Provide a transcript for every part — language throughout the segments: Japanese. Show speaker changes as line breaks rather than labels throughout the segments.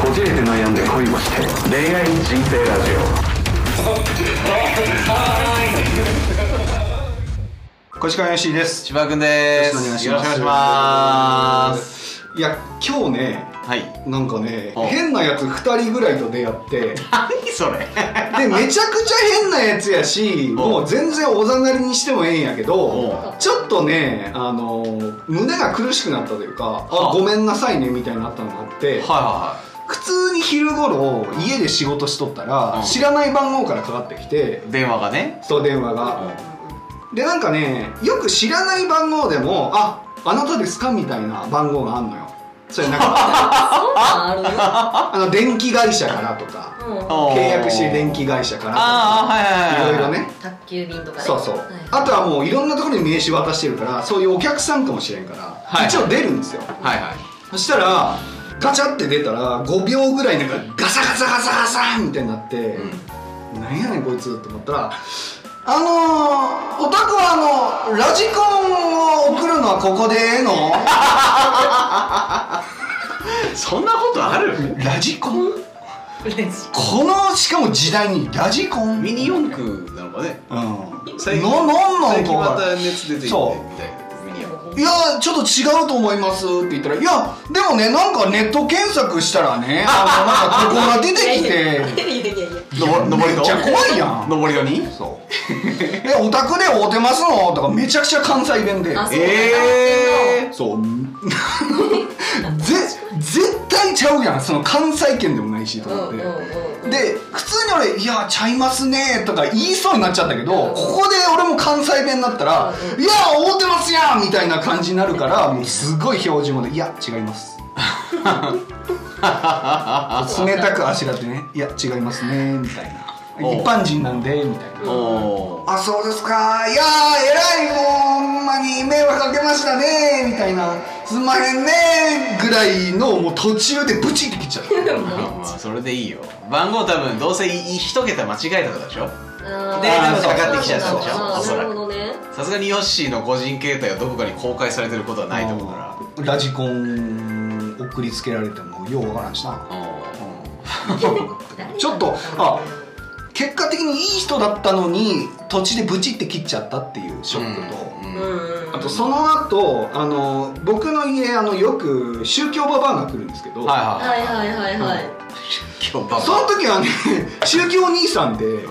こじれて悩んで恋をして恋愛人生ラジ
小石川よしいです
千葉くんです。
よろしくお願いし
ま。
ますいや今日ね
はい。
なんかね
お
変なやつ2人ぐらいと出会って でめち
何そ
ゃ
れ。
くちゃ変なやつやし
お
もう全然おざなりにしてもええんやけど
お
ちょっとねあのー胸が苦しくなったというかあ
あ
ごめんなさいねみたいになったのがあって
は
普通に昼頃家で仕事しとったら
うん
知らない番号からかかってきて
いはい。電話がね。
そう電話が。でなんかねよく知らない番号でも「ああなたですか?」みたいな番号があんのよそれなんか
ある
あの電気会社からとか
よ。
おー
契約してる電。気会社からと
あ
か
あはいはいいはい。
ろいろ。ね
うん。宅急便とかね。
そうそう、
はい
あとはもういろんなところに名刺渡してるからそういうお客さんかもしれんから、
はい
一応出るんですよ
はいはい。
そしたらガチャって出たら5秒ぐらいなんかガサガサガサガサみたいになって、
うん。
なんやねんこいつと思ったらあのー、オタクはあのラジコンを送るのはここでええの
そんなことある？
ラジコン
嬉しい
このしかも時代にラジコン
ミニ四駆なのかね。
うん
最近
ののんの
最
ん
近
こ
ま
が
た熱出てきてみ
そう
たいな。ミニ四駆。
いやちょっと違うと思いますって言ったら「いやでもねなんかネット検索したら ねあのなんかここが出てきて
いやいやいやいや。
のぼ登
め
り
っ
戸。
ちゃ怖いやん
登り戸に？
そう「えオタクで会うてますの?」とかめちゃくちゃ関西弁で
あそう
ええ。
そうぜ絶対ちゃうやんその関西圏でもないしと
うん
思っ
う
て、
んうんうん。
で普通に俺「いやちゃいますね」とか言いそうになっちゃったけど、ここで俺も関西弁になったら「
うん
いや合うてますやん!」みたいな感じになるからもうすごい標準語で「いや違います」 冷たくあしらってね「いや違いますね」みたいな「
おう
一般人なんで」みたいな。
おおー。
あそうですかいやー偉いもうほんまに迷惑かけましたねみたいなすんまへんねぐらいのもう途中でブチって切っちゃった
まあまあそれでいいよ。番号多分どうせい一桁間違えたとかでしょ。
あー
で
多分かかってきちゃった
でしょ
あー
おそらく
なるほどね。
さすがにヨッシーの個人携帯はどこかに公開されてることはないと思うから。
ラジコン送りつけられてもようわからんし なちょっとあ結果的にいい人だったのに途中でブチって切っちゃったっていうショックと、
う
う
んん
う
うん
んうん。
あとその後あの僕の家あのよく宗教ババアが来るんですけど、
はいは
はいいはいはいはい。
今日ババ
その時はね 宗教お兄さんで、
うんうん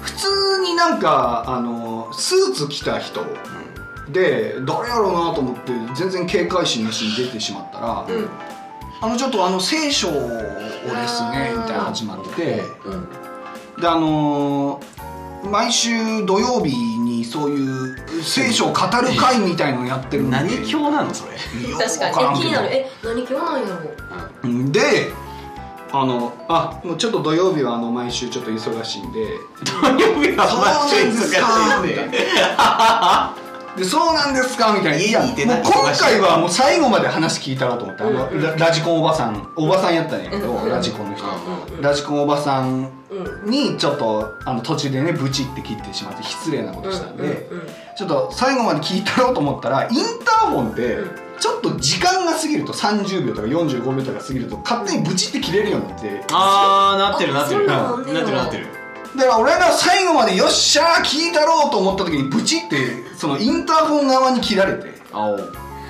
普通になんかあのスーツ着た人で誰やろうなと思って全然警戒心なしに出てしまったら「
うん
あのちょっとあの聖書をですね」みたいな始まって
うんうん。
であのー毎週土曜日にそういう聖書を語る会みたいのやってるんで
何教なのそれ
確かにえ気になるえ何今日なんやろ う。
にであのあもうちょっと土曜日はあの毎週ちょっと忙しいんで
そうなん
そうなんですかみたいでそうなんですかみたいないやも
家に
う
いてな
今回はもう最後まで話聞いたらと思って、あの
うん
ララジコンおばさんおばさんやったんやけど、
うん
ラジコンの人、
うん
うん
ラジコンおばさん
うん。うん
にちょっとあの途中でねブチって切ってしまって失礼なことしたんで、
うんうん
ちょっと最後まで聞いたろうと思ったらインターホンって
うん
ちょっと時間が過ぎると30秒とか45秒とか過ぎると勝手にブチって切れるようになって
あーなってるなってる
あ
な
そう
っ
な
て
ん
る
だ
なってる
だから俺が最後までよっしゃー聞いたろうと思った時にブチってそのインターホン側に切られて
あお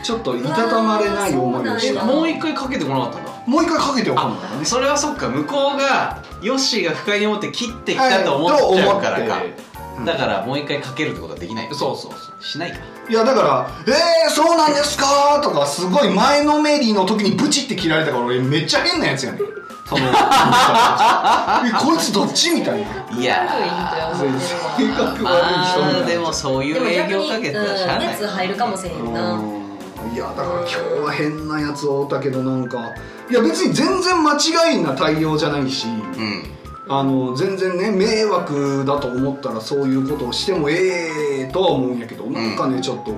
ちょっといたたまれない思いを
え
した
もう一回かけてこなかったんだ
もう一回かけておかんのか
あ
ね
それはそっか向こうがヨッシーが不快に思って切ってきたと思っちゃうか
は
らか
いと思ってうん
だからもう一回かけるってことはできない
そうそうそ
しないか
ういやだから「えー、そうなんですか?」とかすごい前のメリーの時にブチって切られたから俺めっちゃ変なやつやねんそ のえこいつどっちみたいない
やー
悪い人や思ってるわ
悪い人みたいな
まあでもそうい
で
う
も
営
逆
業
に
かけたらしゃあ
うん
ない
熱入るかもしれんな。
うんいやだから今日は変なやつをおったけどなんかいや別に全然間違いな対応じゃないし、
うん
あの全然ね迷惑だと思ったらそういうことをしてもええとは思うんやけどなんかね、ちょっと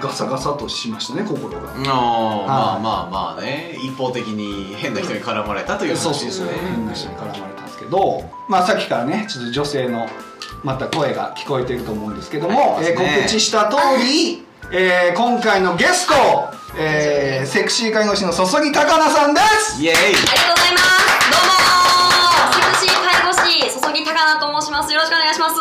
ガサガサとしましたね心が、
あーまあまあまあね一方的に変な人に絡まれたという
そう
話
そう
で
そ
す
う
ね
変な人に絡まれたんですけど、まあ、さっきからねちょっと女性のまた声が聞こえてると思うんですけども、
はい
えー
ね
告知した通り、えー今回のゲスト、えーセクシー介護士の注ぎ高菜さんです
イエーイ
ありがとうございます。ます。よろしくお願いします。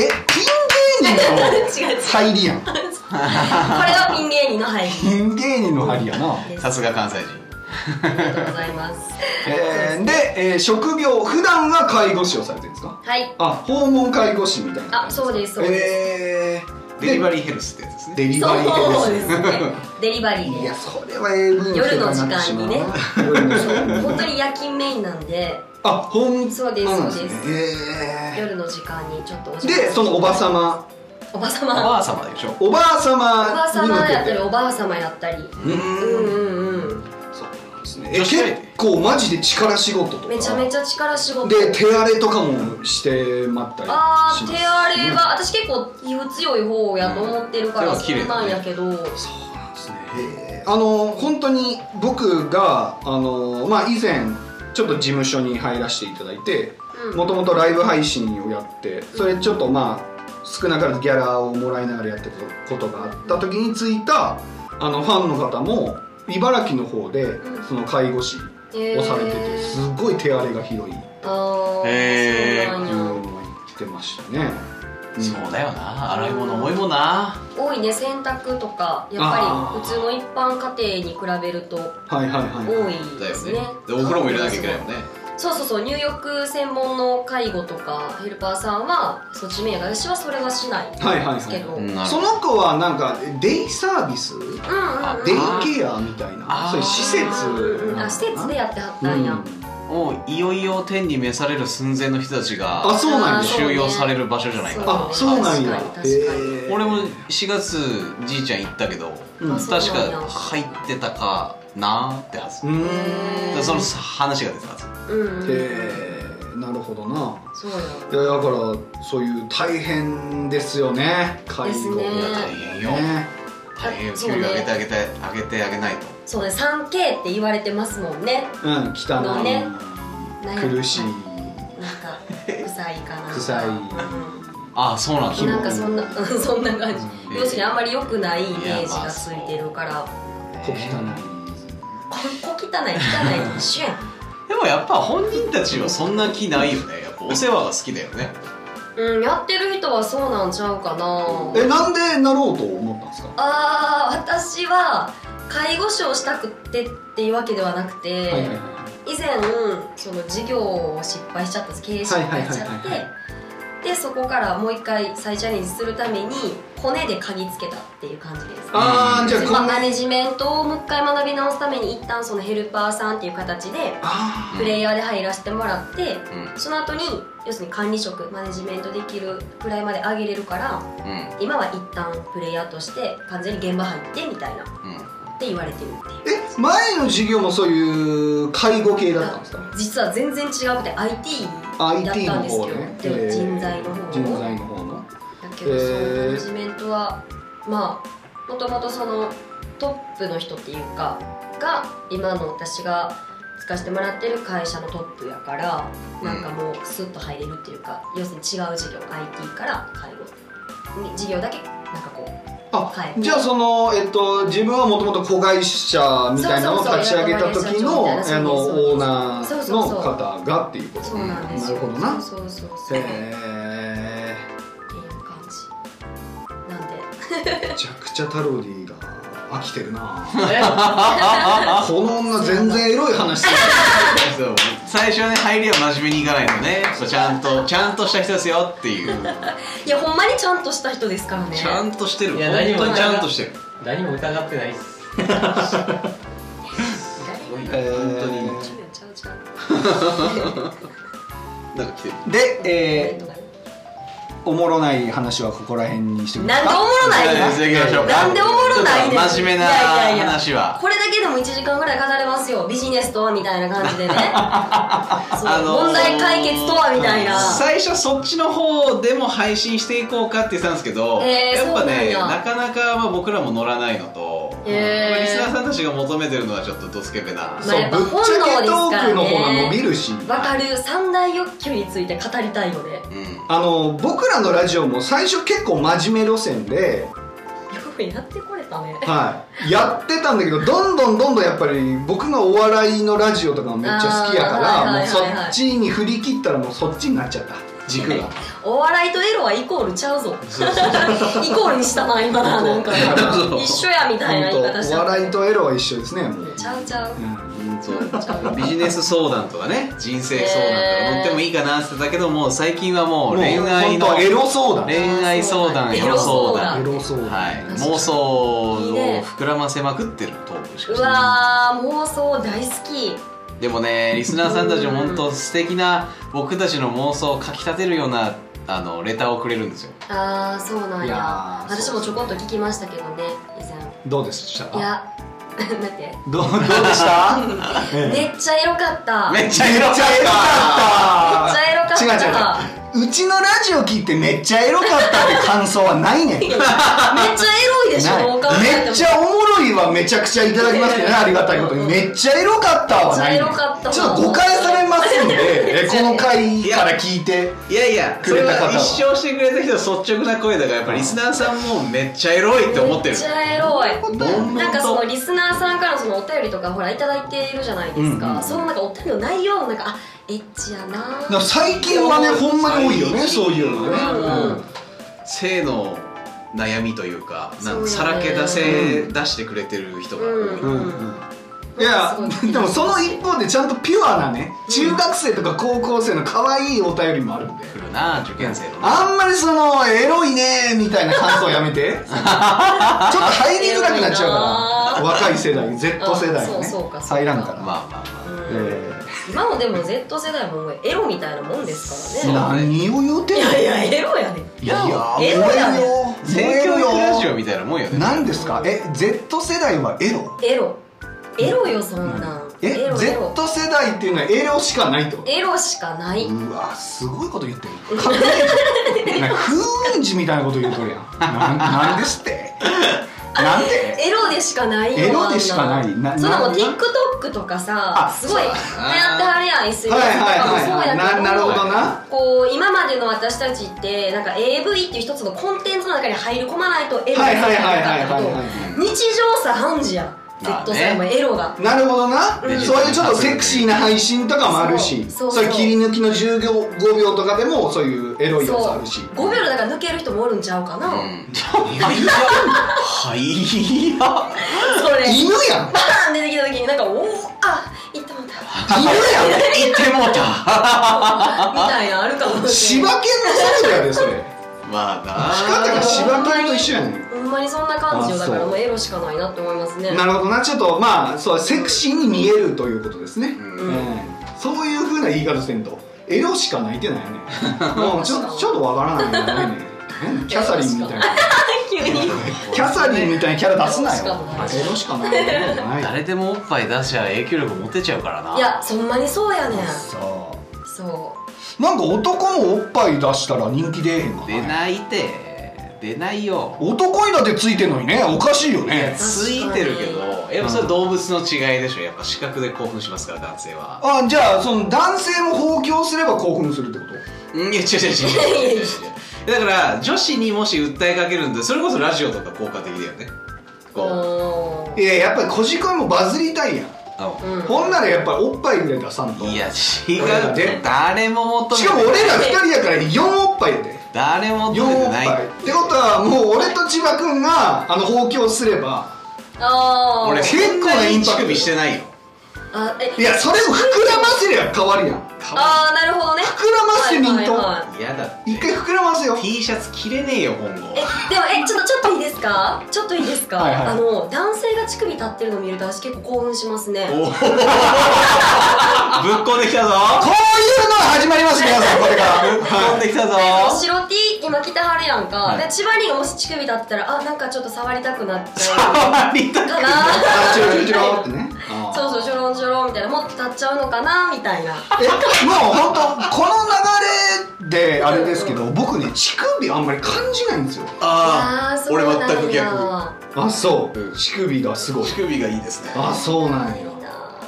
えピン芸人
違う違う
の 入りやん
これがピン芸人の配信
ピン芸人の入りやな
です。
さ
あ
すが関西人
りがとうございます。
えー、で、えー職業普段は介護士をされてるんですか
はい。
あ訪問介護士みたいな
あ、そうです。そうです。
えー、
デリバ
リ
リーヘルスってやつですね
デリバリー
そう
ヘ
で
ル
すね。デリバリ
ス
ー
い
で
や。それは英文
夜の時間にね
夜の時間に
本当に夜勤メインなんで、
あ本
そうです
あなん
そう
ねえ
夜の時間にちょっとお
ー、
邪魔
でそのおばさま
おばさ
お
ま。
ばあ様でしょ
おばあさ
おば
ま
さ
に向
ま
け
やったり、
て
おばあさまやったり。
う
うん
ーん
うんうん。
そうなんですねえ
女子
結
大生
構マジで力仕事とか
めちゃめちゃ力仕事。
で手荒れとかもしてまったりしま
あ
す
ー手荒れは、私結構皮膚強い方やと思ってるから、
うん
そ
手は
う
綺麗
な
だ
ん
ね
やけ
そ
ど、
うなんですねへーあの本当に僕があのまあ以前ちょっと事務所に入らせていただいて
うん
もともとライブ配信をやってそれちょっとまあ少なからずギャラをもらいながらやってたことがあった時についたあのファンの方も茨城の方で
うん
その介護士を
えー
されててすごい手荒れがひどい
あー、
へー
そうなん
う
や
ん言ってましたね、うん
そうだよな洗い物重いもんな
多いね洗濯とかやっ
あ
ぱ
ー
り普通の一般家庭に比べると
はいはいはい
多い
だ
で
よ
す
ね
ね
でお風呂も入れなきゃいけないもんね
そうそうそう入浴専門の介護とかヘルパーさんはそっち面やから私はそれはしない
はいはいはい
ですけど、
う
うんうんうん
んなる
そ
ほど
の子はなんかデイサービス
あ
デイケアみたいな
あー
そういう施設
うんうんあ施設でやってはったんや、
うん
もういよいよ天に召される寸前の人たち
あ
が
そうなん
あ
や
ーそう
収容される場所じゃないかな
あそうなんや
確かに確かに
へー
俺も4月じいちゃん行ったけど
うん
あ
確
そうなんや
か入ってたかなーってはず
うーん
でその話が出てたはず
うんうん
へえなるほどな
そう
い
や
やだからそういう大変ですよね介護
ですね
大変よ
ね
大変よ給
そうね
料上げてあげてあげてあげないと
そうね 3K って言われてますもんね
うん汚い、
ね
苦しい
なんか臭いかな
臭い
ああそうなん
うん、
だ
なんかそんなうんそんな感じ
うん
要するにあんまり良くないイメージがついてるから
小汚い
ここ汚い汚い一緒やん
でもやっぱ本人たちはそんな気ないよねやっぱお世話が好きだよね
うんやってる人はそうなんちゃうかな
えなんでなろうと思ったんですか
あー私は介護士をしたくてっていうわけではなくて、
はいはいはい
以前その事業を失敗しちゃったんです経営失敗しちゃっ
はいはいはいは
てでそこからもう一回再チャレンジするために骨で嗅ぎつけたっていう感じです
あーじゃあ
まあ
こんな
マネジメントをもう一回学び直すために一旦そのヘルパーさんっていう形で
あ
プレイヤーで入らせてもらって、
うん
その後に要するに管理職マネジメントできるくらいまで上げれるから
うん
今は一旦プレイヤーとして完全に現場入ってみたいなっ
うん
て言われてるっていう
え前の授業もそういう介護系だったんですか
実は全然違くて IT だったん
IT の
ですけ
方、
ど
ね
で人材の方
人材の方の
だけど、
へー
そのマネジメントはまあもともとそのトップの人っていうかが今の私が使わせてもらってる会社のトップやから、なんかもうスッと入れるっていうか要するに違う事業 IT から介護に事業だけなんかこう
あ、
はい
じゃあその、えっと、自分はもともと子会社みたいなのを
そうそうそう
立ち上げた時の
雇われ社長みたいな
あの
そうです
オーナ
そう
ー
そ
の
うそう
方がっていうこと
そうなんですよ、
なるほどな
そうそうそうそうっていう
へ
感じなんで
えめちゃくちゃタロディが飽きてるな
あ
この女全然エロい話してる
そう最初ね入りは真面目にいかないとねそうちゃんとちゃんとした人ですよっていう
いやほんまにちゃんとした人ですからね
ちゃんとしてる
いや何
本
も
当にちゃんとしてる
何も疑ってないっす
えー
本当に
ちゃうちゃう
なんか来てる
で、えー、おもろない話はここら辺にして
なんでおもろないねん
じゃあ行きましょうか
なんでおもろないねん
ちょっと真面目ない
やいやいや
話は
これだけでも1時間ぐらい語れますよビジネスとはみたいな感じ でねそう
あのー
問題解決とはみたいな
最初そっちの方でも配信していこうかって言ってたんですけど、
えー
やっぱね
そうなんや
なかなかまあ僕らも乗らないのと、
えー
まあリスナーさんたちが求めてるのはちょっとドスケベな
まあやっぱ本能です
ト
から
ー
ね
クの方が伸びるし
わかる三大欲求について語りたいので
うん
あの僕らのラジオも最初結構真面目路線で
よくやってこれたね
はい、やってたんだけどどんどんどんどんやっぱり僕がお笑いのラジオとかもめっちゃ好きやか
あー
ら
はい
も
は
う
い
そ
はいはい
っちに振り切ったらもうそっちになっちゃった
軸が
お笑いとエロはイコールち ゃうぞ
そうそうそう
イコールにしたな今ななんか
そう
一緒やみたいな言い
本
方し
当
ち
お
ゃった
笑いとエロは一緒ですねもう、
ちゃうちゃ
う
う
ん
そうビジネス相談とかね人生相談とか乗ってもいいかなって言ってたけどもう最近はもう恋愛の
もう本当エロそうだ
恋愛相談
エ
エ
ロ
ロ
相
相
談
談
エロそうだ、
はい
確かに
妄想
いい
を
ね
膨らませまくってるトークしか
う
してない
わー妄想大好き
でもねリスナーさんたちも本当素敵な僕たちの妄想をかきたてるようなあのレターをくれるんですよ
ああそうなん
い
や
やー
私もちょこっと聞きましたけどね以前
どうでした
いや 待って
どうどうで した、ええ
めっちゃエロかった
めっちゃ
め
エ
っ
ロかっ
ちゃエロかった
めっちゃエロかった
違う違う違ううちのラジオ聞いてめっちゃエロかったって感想はないねん
めっちゃエロいでしょ
ない
どう考えても
めっちゃおもろいはめちゃくちゃいただきますけどねありがたいことにめっちゃエロかったはないねん
めっちゃエロかったわ
ちょっと誤解されますんでえこの回から聞いて
たいやいや
くれた方は
それは一生してくれた人の率直な声だからやっぱリスナーさんもめっちゃエロいって思って
め
る
っちゃエロい
どん
なんかその
と
リスナーさんからのそのお便りとかほらいただいているじゃないですか、
うんうん
そのなんかお便りの内容もなんかあエッチやな
でも最近はねほんまに多いよねそういうのね、
うん
うん
性の悩みというかなんか
そ
さ
うよ
ら
ね
け出せ出してくれてる人が多い、
うん
うんうんいやでもその一方でちゃんとピュアなね中学生とか高校生の可愛いお便りもあるんで
来るな受験生のな
あんまりそのエロいねみたいな感想や めてちょっと入りづらくなっちゃうから若い世代 Z 世代が
あ
ね
そうそうかそうか
入らんか
ま
ら、
あまあまあ
うん
え
今もでも Z 世代ももうエロみたいなもんです
ー
からね
何を言うてん
い
の
やいやエロやね
いやいや
エロやね
燃
性
え
教
るよ
育ラジオ
燃
みたいなもんよ
えるよ
ね
何ですかえ Z 世代はエロ
エロエロよそんなんエ
え
ロエロ
Z 世代っていうのはエロしかないってこと
エロしかないう
わすごいこと言ってるかっこ いいなんか風雲児みたいなこと言うとるやんなんなんですってなんで
エロでしかないよ
エロでしかない
あん
な
そんなもん
な
TikTok とか
あ
さすごい流行ってはるやん SNS と
はいはい
かもそう
はい
やけ
な
ど
なるほどな
こう今までの私たちってなんか AV っていう一つのコンテンツの中に入り込まないとエロにな
はい
れな
はいはいはい
かった
はい
けど
は
日常茶飯事やん
まあね
Z 世代もエロが
いなるほどな、
うん
そういうちょっとセクシーな配信とかもあるし
そうそう
れ切り抜きの10秒5秒とかでもそういうエロいやつあるし
5秒だから抜ける人もおるんちゃうかな
うんはいや
それ
犬やん
バーン出てきた時になんかおおあ行ったもんだ
犬や
言ってもうた
みたいなあるかも
ん
し
柴
れ
犬
ない
のセルやでそれ
まあ
柴
な
田が柴犬と一緒やねん
ほんまにそんな感じよ
あ
だ
そう
からもうエロしかないなって思いますね
なるほどなちょっとまあそうセクシーに見えるということですね、
うん
うんそういうふうな言い方せんとエロしか泣いてない よねもうちょちょっとわからないよね 変なキャサリンみたいな
急に
キャサリンみたいなキャラ出すなよ
エ
エロしかない
誰でもおっぱい出しゃ影響力持てちゃうからない
やそんまにそうやねん
さ
そ
あなんか男もおっぱい出したら人気出えへんか
出
な
ないて出ないよ
男にだってついてんのにねおかしいよ
いや
ね
ついてるけどやっぱそれは動物の違いでしょやっぱ視覚で興奮しますから男性は
あじゃあその男性も包茎すれば興奮するってこと
うんいや違う違う違う違う違う違うだから女子にもし訴えかけるんでそれこそラジオとか効果的だよね
う
こ
おー
いややっぱりこじこいもバズりたいやん、
うあの
うん
ほんならやっぱりおっぱいぐらい出さんと
いや違
俺ら
うって
ね
誰も求めて
しかも俺ら2人やから4おっぱいやで
誰も
4
求め
お
て
っ
ない
ぱいってことはもう俺と千葉君があの放棄をすれば
あー
俺
結構なインパクト
そんなに乳首してないよ
あえ
いやそれも膨らませりゃ変わるやん膨
あーなるほどね
らませみんと、
はいはいはい
嫌だって
一回膨らませよ
T シャツ着れねえよ今後
えでもえちょっとちょっといいですかちょっといいですか、
はいはい
あの男性が乳首立ってるの見ると私結構興奮しますね
おおぶっこんできたぞ
こういうのが始まります皆さんこれから
ぶっこんできたぞ
白 T 今着てはるやんか、
はい
で千葉にもし乳首立ってたらあなんかちょっと触りたくなっちゃ
触りた
う
く
か
あチョロチョロチョロ
な
って ね
そうそうちょろんちょろんみたいなもっと立っちゃうのかなみたいな
えもう本当この流れであれですけど僕ね乳首あんまり感じないんですよ
ああ
ーそう
俺
なんや
全く
いい
逆
な
あそ
うん
乳首がすごい
乳首がいいですね
あそうなんや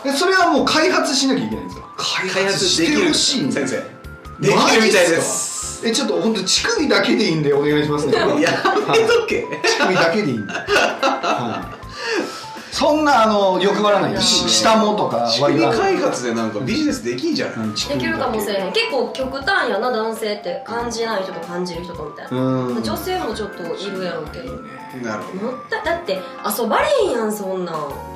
えそれはもう開発しなきゃいけないんですか開
開発で
して
き
ほ
る
しいんだ
先生できるみたいです
えちょっと本当乳首だけでいいんでお願いしますね
やめとけ
乳首だけでいいんで、はいそんなあの欲張らないよし下もとか
仕
割
組み
りは
開発でなんかビジネスできんじゃない、
うん乳
で
首
き
だ
るかもしれへん結構極端やな男性って感じない人と感じる人とみたいな、
うん
女性もちょっといるやろうけども
なるほど
ったいだって遊ばれへんやんそんなん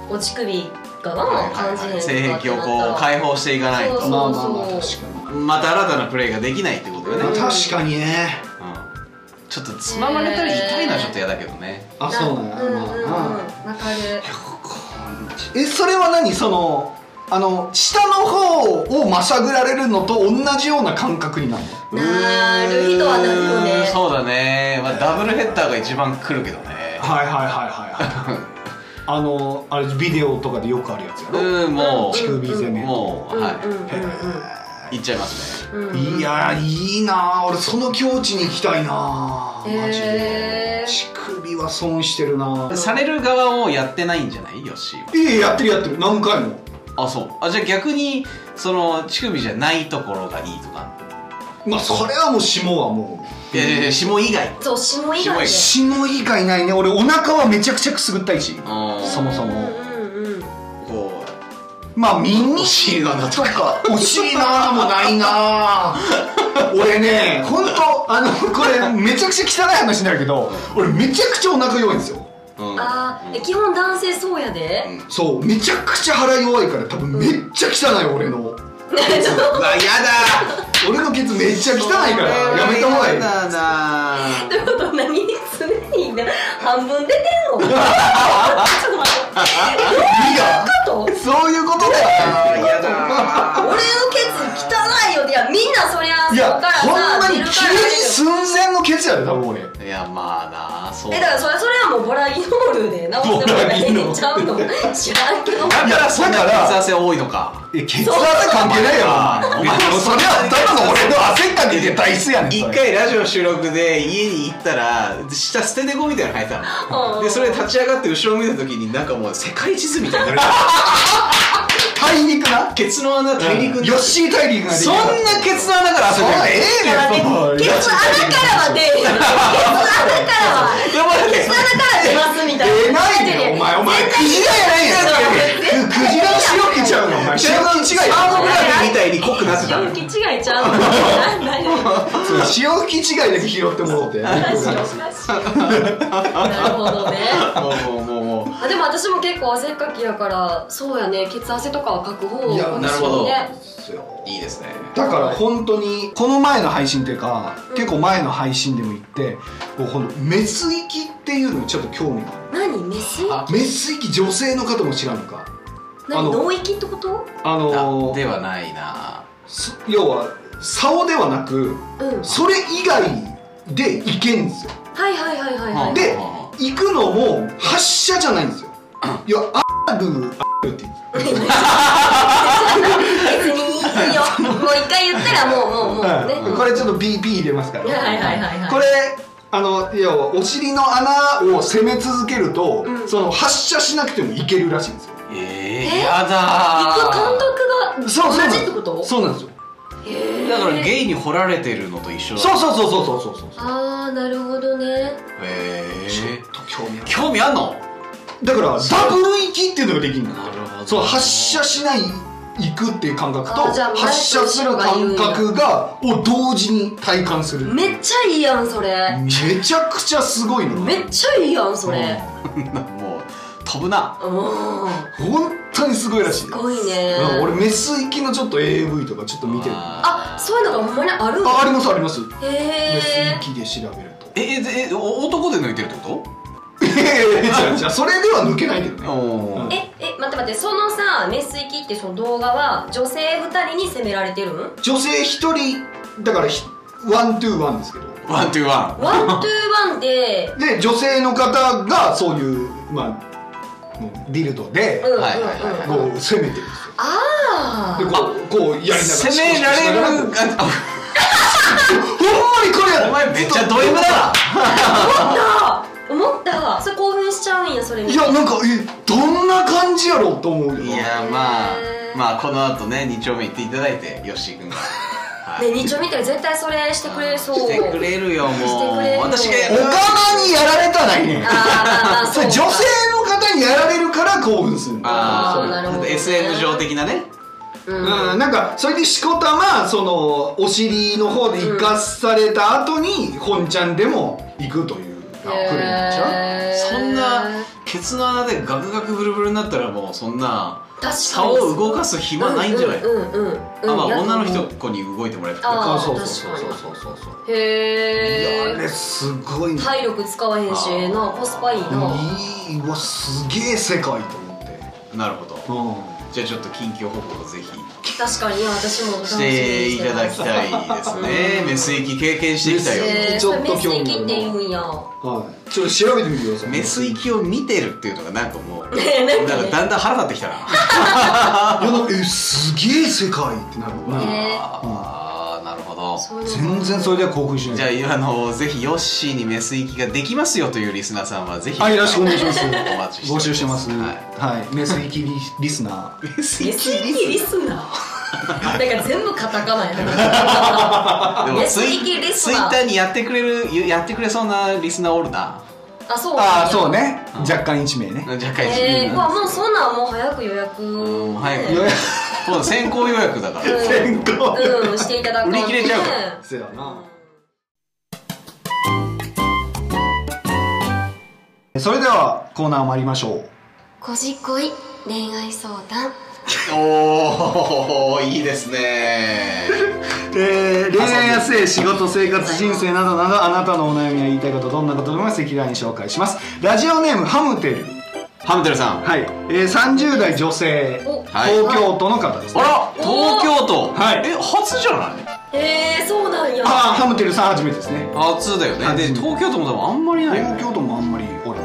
お乳首がな感じへんと
性
かって
癖を
なった
こう
ら
解放していかない
そう
と
まあまあまあ確か
また新たなプレイができないってことよ
に、
ね、
ま
う
あ、
ん
ん
確かにね
ちょっとつままれたり痛いのはちょっと嫌だけどね
あそうなんや、
うんうん
まあ
うん
まあ
わかる
えそれは何そのあの下の方をまさぐられるのと同じような感覚になるの
なる人はなるよ
うーん
ね
そうだね、まあ、ダブルヘッダーが一番来るけどね
はいはいはいはいはいあのあれビデオとかでよくあるやつやろ、
うんも
乳首攻
う
め、
もう
うんうん
はい行っちゃいますね
うんうんうん
いやーいいなー俺その境地に行きたいなーマジで、
へー
乳首は損してるなー
される側をやってないんじゃないよし
いやいややってるやってる何回も
あそうあじゃあ逆にその乳首じゃないところがいいとか
まあそれはもう霜はも
いやいやいや下以外
そう下以
下
外
以
で
う霜以外ないね俺お腹はめちゃくちゃくすぐったいし
そ
そもそも
うんうんうん
こ
まあ耳
うしがなとか
惜しいなーもないなー俺ね本当あのこれめちゃくちゃ汚い話になるけど俺めちゃくちゃお腹弱いんですよ
うん
あーえ基本男性そうやで、
うん
そうめちゃくちゃ腹弱いから多分めっちゃ汚い 俺の
うわやだ
俺のケツめっちゃ汚いからやめた方がいい
やだな
どういうこと何常にな半分出てんのちょっと待
いや
って加藤
そういうこと だよ
やだ
俺のケツ汚いよっていやみんなそりゃ
い
そ
や
っからさ
ほんまに急に
出るから出
寸前のケツやで多分俺
いやまあなそう
るよえだからそれそれはもうボラギノールで直してもらえんちゃうの知らんけど
だからそんな
だから
血圧多いのか
えケツ汗関係ないよお前それは多分俺の汗かけて体質やねん
一
それ
回ラジオ収録で家に行ったら下捨て猫みたいなの生えたの
うん
でそれ立ち上がって後ろ見た時になんかもう世界地図みたいになる
大陸な
ケツの穴大陸に
ヨッシー大陸ができ
そ
た
んなケツの穴から汗
そ
出
う
る
ええ ねんその
ケツ穴からは出るケツ穴からは
やばい
ケツ穴から出ますみたい
出
な
ないでお前お前クジラやないやんクジラの白木ちゃうのお前白木違いや
サーモグラフィーみたいに濃くなってた
塩気違いちゃうの何何
そう塩気違いだけ拾ってもろて
なるほどね
もうもうもうもう
あでも私も結構汗っかきやからそうやね血汗とかはかく方
いや
なるほど
ね
いいですね
だから本当にこの前の配信っていうか結構前の配信でも言ってこうほんとメス行きっていうのにちょっと興味があ
何メス
あ
るメス行き女性の方も知らんのかあ
何
の
脳域ってこと
あのー
ではないな
そ要は竿ではなく
うん
それ以外で行けんですよ
はいはいはいはいはい
で
は
行くのも発射じゃないんですよいやあるあるって言って
別にいいよもう一回言ったらもうもうもうね
はいこれちょっと BP 入れますから、
はいはいはいはい
これあの要はお尻の穴を攻め続けると、
うん
その発射しなくてもいけるらしいんですよ
いえー
え
やだ
行く感
ー
覚
そうそうな
が
んで
同じ
す
ってこと
そうなんですよ
へー
だからゲイに掘られてるのと一緒だ
そうそうそうそうそうそうそう
ああなるほどね
へえ
興味ある
興味あんの
だからダブル息っていうのができるんだよ
なるほど
そう発射しない行くっていう感覚と
あじゃあ前と
発射する感覚がを同時に体感する
めっちゃいいやんそれ
めちゃくちゃすごいの
めっちゃいいやんそれ
もう飛ぶな
うん
本当にすごいらしい
すごいね
うん俺メス行きのちょっと AV とかちょっと見てるあ
あそういうのがほんまにあるんだ
ありますありますメス
へえ
行きで調べると
えええお男で抜いてるってこ
いやいやいやじゃあそれでは抜けないけど
と
ね
お
ー
ええ待って待ってそのさメス行きってその動画は女性2人に責められてるんワン
女性一人だからひワントゥーワンですけど
ワントゥーワ
トゥーワン で
で女性の方がそういうまあもうディルドで
うんうんうん、
はいはいはいは
こう攻めてるんですよ
あ
で
ー
こうこうやりなが
ン
ら
攻められる
ほんま
あ
にこれや
お前めっちゃド M だ
思ったそれ興奮しちゃうんやそれ見
い
て
やなんかえどんな感じやろうと思うよ
ない
な
やまあ
へー
まあこの後ね2丁目行っていただいてヨッシー君がわ
ね日曜見たら絶対それしてくれそう
してくれるよもう
してくれる
私がや
オ
る
カマにやられたらいいねん
あーまあまあ
それ女性の方にやられるから興奮するの
あ
あーなるほ
あ
どね
SM 上的なね
う
うん
ん、
なんかそれでしこたまそのお尻の方で生かされた後に本ちゃんでも行くというあ
へー
プレイなんちゃう
そんなケツの穴でガクガクブルブルになったらもうそんな
確かに
竿を動かす暇ないんじゃない
うんうんうんうん
あまあ女の人
へ
子に動いてもらえる
あー
そうそうそうそうそうそうそういやあ
え
れすごいね
体力使わへんしええなコスパいいない
いわすげえ世界と思って
なるほど
う
じゃあちょっと近況報告をぜひ
確かにいや私もお楽し
し
みに
てい
して
ただきたいですねメス行き経験していきたいよ
えー、
ち
そ
ょ
れ
っと
メ
興味
ス行きって言うんや
んはいちょっと調べてみてください
メス行きを見てるっていうのがなんかもう
ねなんか
なん
ね
かだんだん腹立ってきたな
いやなんかえすげえ世界ってなるわ、
ね
あーなるほど
そういうの
全然それでは興奮しない
じゃああのぜひヨッシーにメス行きができますよというリスナーさんはぜひ
はいよろしくお願いします
お待ちしており
募集してます
は
はいい、メス行きリリスナー
メス
メ
行
ス
き
行きリスナーなんか全部カタカナや
で
メス行きリス
ツイ
ナー
ッターにやってくれるやってくれそうなリスナーおるな
あそうなんや
ああそうね若干1名ね、
若干
えー、まあもうそんなんもう早く予約
うん早く
予
予
約
約そう先行予約だから
うん
先行
うんしていただく
売り切れちゃうか
せやなそれではコーナー参りましょう
こじこい恋愛相談
おおいいですね
えー恋愛や性仕事生活人生などなどあなたのお悩みや言いたいことどんなことでも赤裸々に紹介しますラジオネームハムテル
ハムテルさん
はい、えー、30代女性
お
はい
東京都の方です、
あら
おー
東京都
はい
え初じゃない
えー、そうなんや
ああハムテルさん初めてですね
初だよねで
初めて
東京都も多分あんまりないよ
東
ね
京都もあんまりおらな、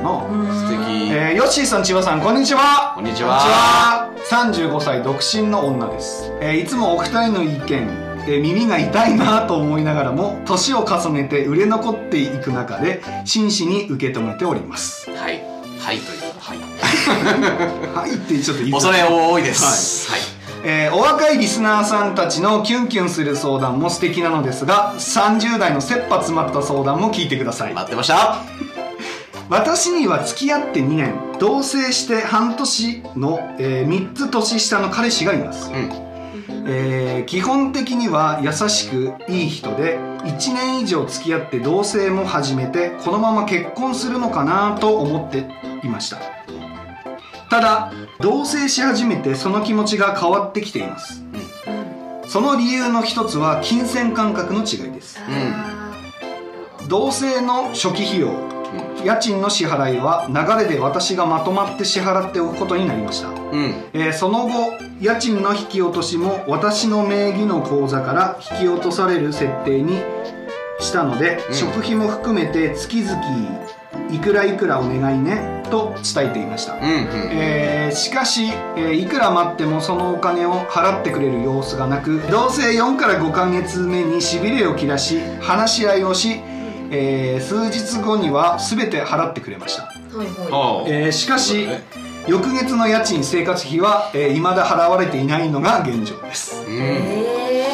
素敵
えー、ヨッシーさん千葉さんこんにちは
こんにち
こん
は
にちは35歳独身の女です、えーいつもお二人の意見、えー耳が痛いなと思いながらも年を重ねて売れ残っていく中で真摯に受け止めております
はいはいというはい
はいってちょっと言いづ
恐
らい
れ多いですはい
えーお若いリスナーさんたちのキュンキュンする相談も素敵なのですが30代の切羽詰まった相談も聞いてください
待ってました
私には付き合って2年同棲して半年の、え3つ年下の彼氏がいます、
うん
えー基本的には優しくいい人で1年以上付き合って同棲も始めてこのまま結婚するのかなと思っていましたただ同棲し始めてその気持ちが変わってきています、その理由の一つは金銭感覚の違いです同棲の初期費用、家賃の支払いは流れで私がまとまって支払っておくことになりました、
うん
えーその後家賃の引き落としも私の名義の口座から引き落とされる設定にしたので、
うん
食費も含めて月々いくらいくらお願いねと伝えていました、
うんうん
えーしかし、えーいくら待ってもそのお金を払ってくれる様子がなく同棲4から5ヶ月目にしびれを切らし話し合いをし、えー数日後には全て払ってくれました、
はいは
ああ
えーしかし
そうだね
翌月の家賃生活費は、えー、未だ払われていないのが現状です、
う
い
ん
え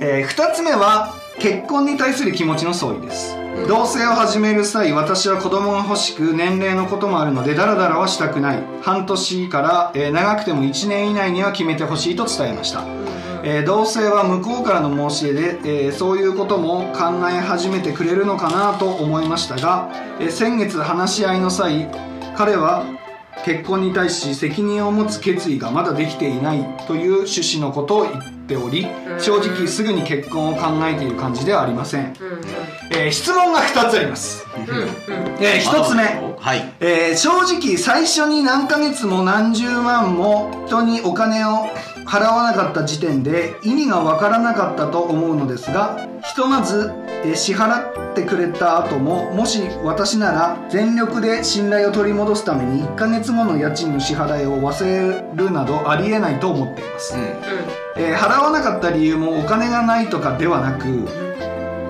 え2つ目は結婚に対する気持ちの相違です、同棲を始める際私は子供が欲しく年齢のこともあるのでダラダラはしたくない半年から、えー長くても1年以内には決めてほしいと伝えました、えー同棲は向こうからの申し出で、えーそういうことも考え始めてくれるのかなと思いましたが、えー先月話し合いの際彼は結婚に対し責任を持つ決意がまだできていないという趣旨のことを言っており正直すぐに結婚を考えている感じではありません、
ー、うんうん
えー質問が2つあります、
うんうん
え1つ目、
はい
えー正直最初に何ヶ月も何十万も人にお金を払わなかった時点で意味がわからなかったと思うのですがひとまず、えー支払ってくれた後ももし私なら全力で信頼を取り戻すために1ヶ月後の家賃の支払いを忘れるなどありえないと思っています、
うん
えー払わなかった理由もお金がないとかではなく、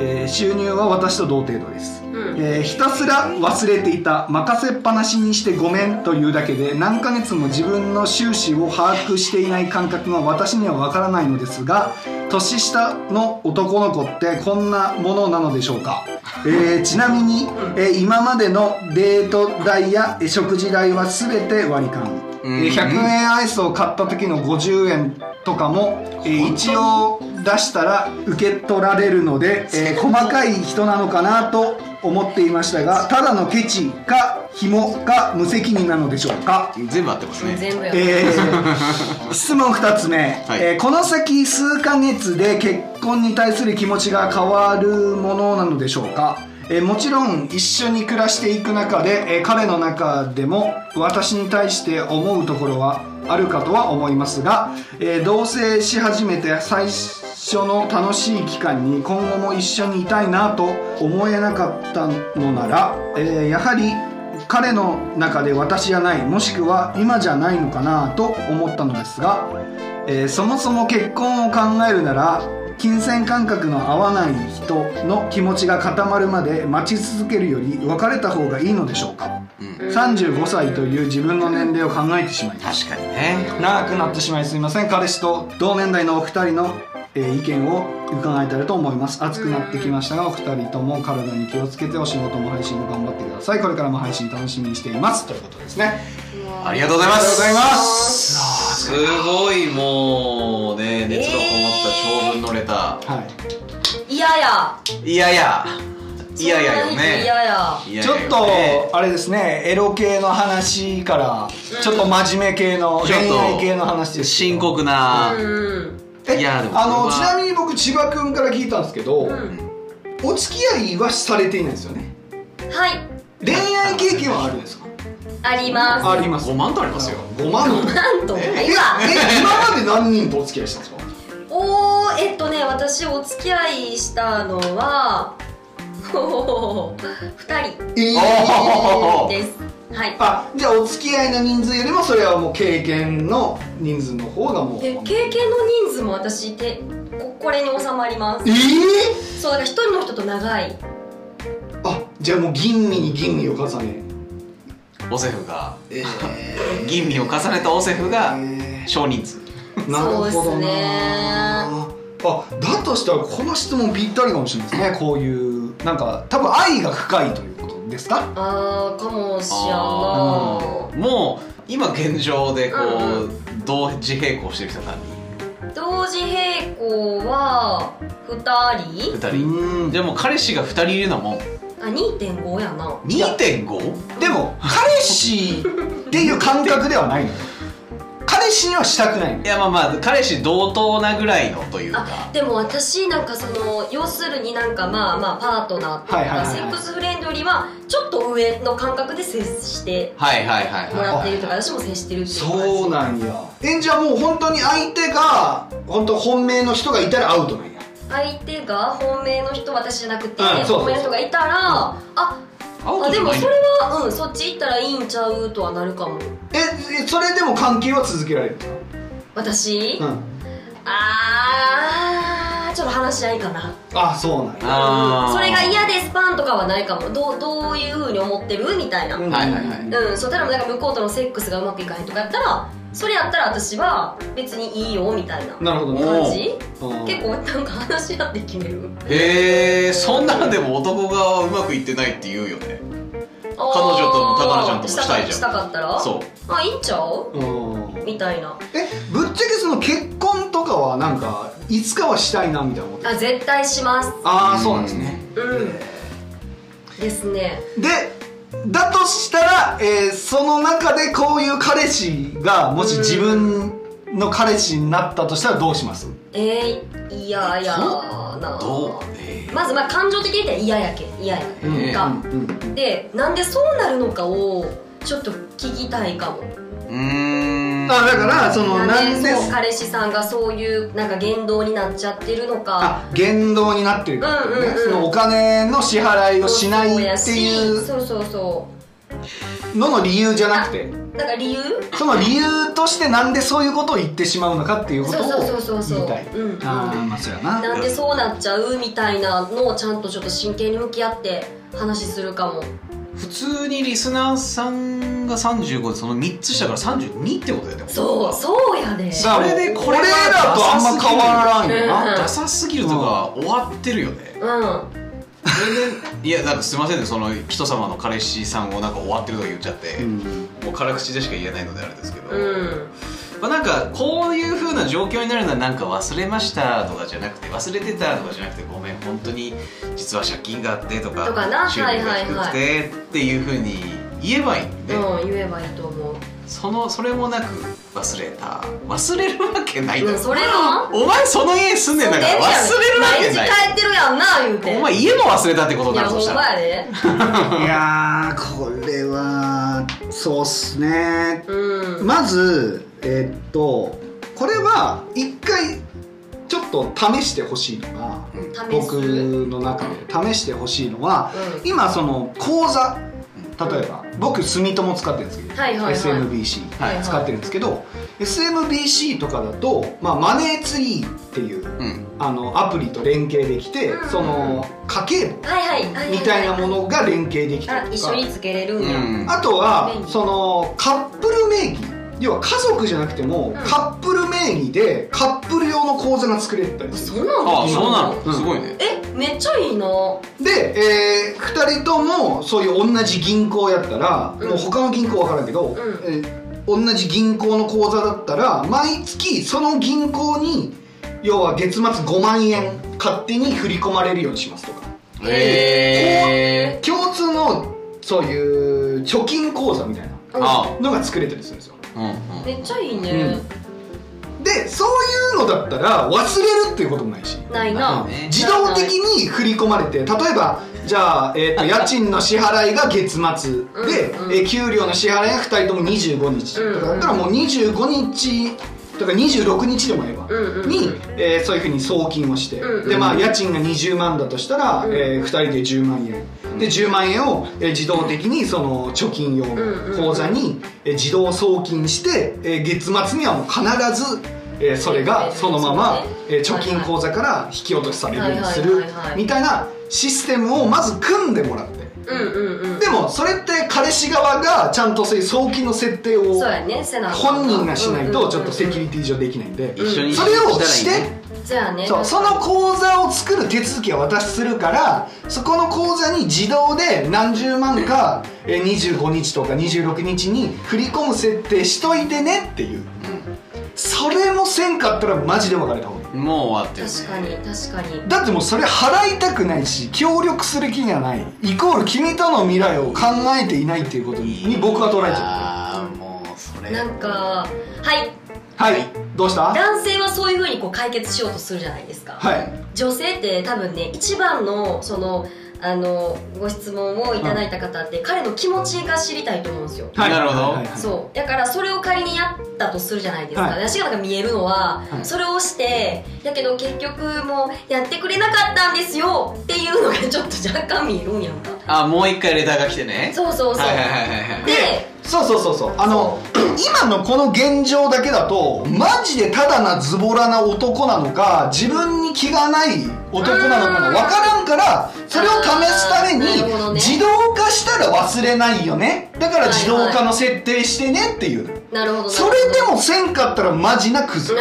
えー収入は私と同程度です、
うん
えーひたすら忘れていた任せっぱなしにしてごめんというだけで何ヶ月も自分の収支を把握していない感覚が私にはわからないのですが年下の男の子ってこんなものなのでしょうか、えーちなみに、えー今までのデート代やえー食事代は全て割り勘、え
うん
ー100円アイスを買った時の50円とかも、えー一応出したら受け取られるので、えー細かい人なのかなと思っていましたがただのケチか紐か無責任なのでしょうか
全部合ってますね
全部やばい
え ー質問2つ目、
はい
えーこの先数ヶ月で結婚に対する気持ちが変わるものなのでしょうか、えーもちろん一緒に暮らしていく中で、えー彼の中でも私に対して思うところはあるかとは思いますが、えー同棲し始めて最初の楽しい期間に今後も一緒にいたいなと思えなかったのなら、えーやはり彼の中で私じゃないもしくは今じゃないのかなと思ったのですが、えーそもそも結婚を考えるなら金銭感覚の合わない人の気持ちが固まるまで待ち続けるより別れた方がいいのでしょうか
うん
35歳という自分の年齢を考えてしまいます
確かにね
長くなってしまいすみません彼氏と同年代のお二人の、えー意見を伺えたらと思います熱くなってきましたがお二人とも体に気をつけてお仕事も配信も頑張ってくださいこれからも配信楽しみにしていますということですね
ありがとうございます
ありがとうございます
すごいもうね熱のこもった長文のレタ
はい
嫌や
ーいやいやいやいやよね
嫌や
いやい
ちょっ
やよね
とあれですねエロ系の話からちょっと真面目系の
ちょっ
恋
と
愛系の話ですけど
深刻な
うん
え
いやでも
あの
これは
ちなみに僕千葉君から聞いたんですけど、
うん
お付き合いはされていないんですよね
はい
恋愛経験はあるんですか
あります
あります
5万とありますよ
5万の
なんと
え
今
え今まで何人とお付き合い したんですか
おーえっとね私お付き合いしたのは おー二人
え
おー
ですはい
あじゃあお付き合いの人数よりもそれはもう経験の人数の方がもう
で経験の人数も私でここれに収まりま
え
すそうだから一人の人と長い
ーあじゃあもう吟味に吟味を重ね
オセフが
え
吟味を重ねたオセフが
え
少人数
ーなるほ
そう
ど
っすね
なあだとしたらこの質問ぴったりかもしれないですねこういうなんか多分愛が深いということですか
あーかもしやん
あーもう今現状でこ
うんう
う同時並行してる人何
な同時並行は二
人
人
う
2人
ん
じゃあもう彼氏が2人いるのも
あ2.5やな
2.5?
でも彼氏っていう感覚ではないのよ彼氏にはしたくないの
いやまあまあ彼氏同等なぐらいのという
あ
か
でも私なんかその要するになんかまあまあパートナーと
はいはいは
か
いはい
セックスフレンドよりはちょっと上の感覚で接して
はいはいはい
も
はい
らってるとか私も接してるっていう感じ
そうなんやえじゃあもう本当に相手が本当本命の人がいたらアウトなんや
相手が本命の人私じゃなくて、
うんそう
本命の人がいたら、あ
ア
あ
ウト
で
じゃ
も
ない
それはうんそっち行ったらいいんちゃうとはなるかも
ええそれでも関係は続けられる
私、
う
あ
ん
あーちょっと話し合いかな
あそうなんや
あー
それが嫌ですパンとかはないかもどうどういうふうに思ってるみたいな、
うん
はいはいはい
うん、そうただもなんか向こうとのセックスがうまくいかへんとかやったらそれやったら私は別にいいよみたいな
なるほどね
感じ
うん
結構なんか話し合って決める
へえそんなんでも男側はうまくいってないって言うよね
彼
女とも高菜ちゃんともしたいじゃん
したかったら
そう
あいいんちゃう
うん
みたいな
えぶっちゃけその結婚とかはなんかいつかはしたいなみたいな思って
あ絶対します
ああそうなんですね
うんですね
でだとしたら、えーその中でこういう彼氏がもし自分の彼氏になったとしたらどうします
えー、いやいやな
どうえ
まずまあ感情的に言ったら嫌やけん嫌や
うん
か、
うん
でなんでそうなるのかをちょっと聞きたいかも
ーうー
あ
んあ
だからその
なんで
そ
そうう彼氏さんがそういうなんか言動になっちゃってるのか
あ言動になってるからね、
うんうんうん
そのお金の支払いをしないっていう
そうそうそ
のの理由じゃなくて
うだから理由
その理由としてなんでそういうことを言ってしまうのかっていうことを
そうそうそうそうそ
言
う
いたい
うんうん
あーまあそうやな
なんでそうなっちゃうみたいなのをちゃんとちょっと真剣に向き合って話するかも
普通にリスナーさんが35でその3つ下から32ってことだよね
そうそうやで
それでこれ
俺らとあんま変わらんよ
な
なダサすぎるとか終わってるよね
うん
それでいやなんかすいませんねその人様の彼氏さんをなんか終わってるとか言っちゃって、もう辛口でしか言えないのであれですけど、
うん
まあ、なんかこういう風な状況になるのはなんか忘れましたとかじゃなくて忘れてたとかじゃなくてごめん本当に実は借金があってとか
とかな
収入が低く
はいは
てっていう風に言えばいいんで、
うん言えばいいと思う
そのそれもなく忘れた忘れるわけないだろ、
うんそれ が
お前その家住んでんだから忘れるわけない
毎日帰ってるやんな言うて
お前家も忘れたってこと
い
にな
や
るとし
ほ
た
んま
ら
やで
いやーこれはそうっすね
うん
まずえーっとこれは一回ちょっと試してほしいのが
試
僕
すうん
の中で試してほしいのは今その口座例えば僕住友使ってるんですけど、
はいはいはい
SMBC、
はい
はい
使ってるんですけど、SMBC とかだと、まあ、マネーツリーっていう
うん
あのアプリと連携できて、
うん
その家計簿
はいはいはいはいはい
みたいなものが連携できた
あ
りと
一
か
緒につけれるん
う
や
ん
あと
便
は
利
そのカップル名義要は家族じゃなくても、
ん
カップル名義でカップル用の口座が作れたりする
そんなん
ああそうな
うん
のすごいね
えめっちゃいいな
で、え2人ともそういう同じ銀行やったら、
うん
もう他の銀行わからんけど、
ん
えー同じ銀行の口座だったら毎月その銀行に要は月末5万円勝手に振り込まれるようにしますとか
え
共通のそういう貯金口座みたいな
うん
あ
のが作れたりするんですよ
ーうんうん
めっちゃいいね
でそういうのだったら忘れるっていうこともないし
ない
まあ
な
ね
自動的に振り込まれて例えばじゃあ、えー と家賃の支払いが月末で、
うんうん
えー給料の支払いが2人とも25日とかだったら
うんうん
もう25日とか26日でもええわ
うんうんうん
に、えーそういうふうに送金をして、
うんうん
でまあ家賃が20万だとしたら、
うん
え2人で10万円、で10万円を、えー自動的にその貯金用の口座に、えー自動送金して、えー月末にはもう必ず、えーそれがそのまま、えー貯金口座から引き落としされるようにす
は
る
いはいはいはい
みたいなシステムをまず組んでもらって。
うんうんうん
でもそれって彼氏側がちゃんとそういう送金の設定を
そうやねせなあかん
本人がしないとちょっとセキュリティ上できないんで
一緒に
それをし
したらいい
て
ね
そうやね
そうその口座を作る手続きは私するからそこの口座に自動で何十万かえー25日とか26日に振り込む設定しといてねっていうそれもせんかったらマジで別れた方がいい
うんもう終わってるね
確かに確かに
だってもうそれ払いたくないし協力する気がないイコール君との未来を考えていないっていうことにに僕は捉えちゃ
ああもうそれ
なんかはい
ってるはいどうしたはい
男性はそういうふうにこう解決しようとするじゃないですか、女性って多分ね一番のそのあのご質問をいただいた方って彼の気持ちが知りたいと思うんですよ、
はい
なるほど
はいはいはい
そうだからそれを仮にやったとするじゃないですか、
はい
私がなんか見えるのは、
はい
それをしてだけど結局もうやってくれなかったんですよっていうのがちょっと若干見えるんやんか
あもう一回レターが来てね
そうそうそう、
はいはいはいはいはい
で
そうそうそうそうあの 今のこの現状だけだとマジでただなズボラな男なのか自分に気がない男なのかが分からんからそれを試すために
あーなるほどね
自動化したら忘れないよねだから自動化の設定してねっていう、
なるほど
それでもせんかったらマジなクズ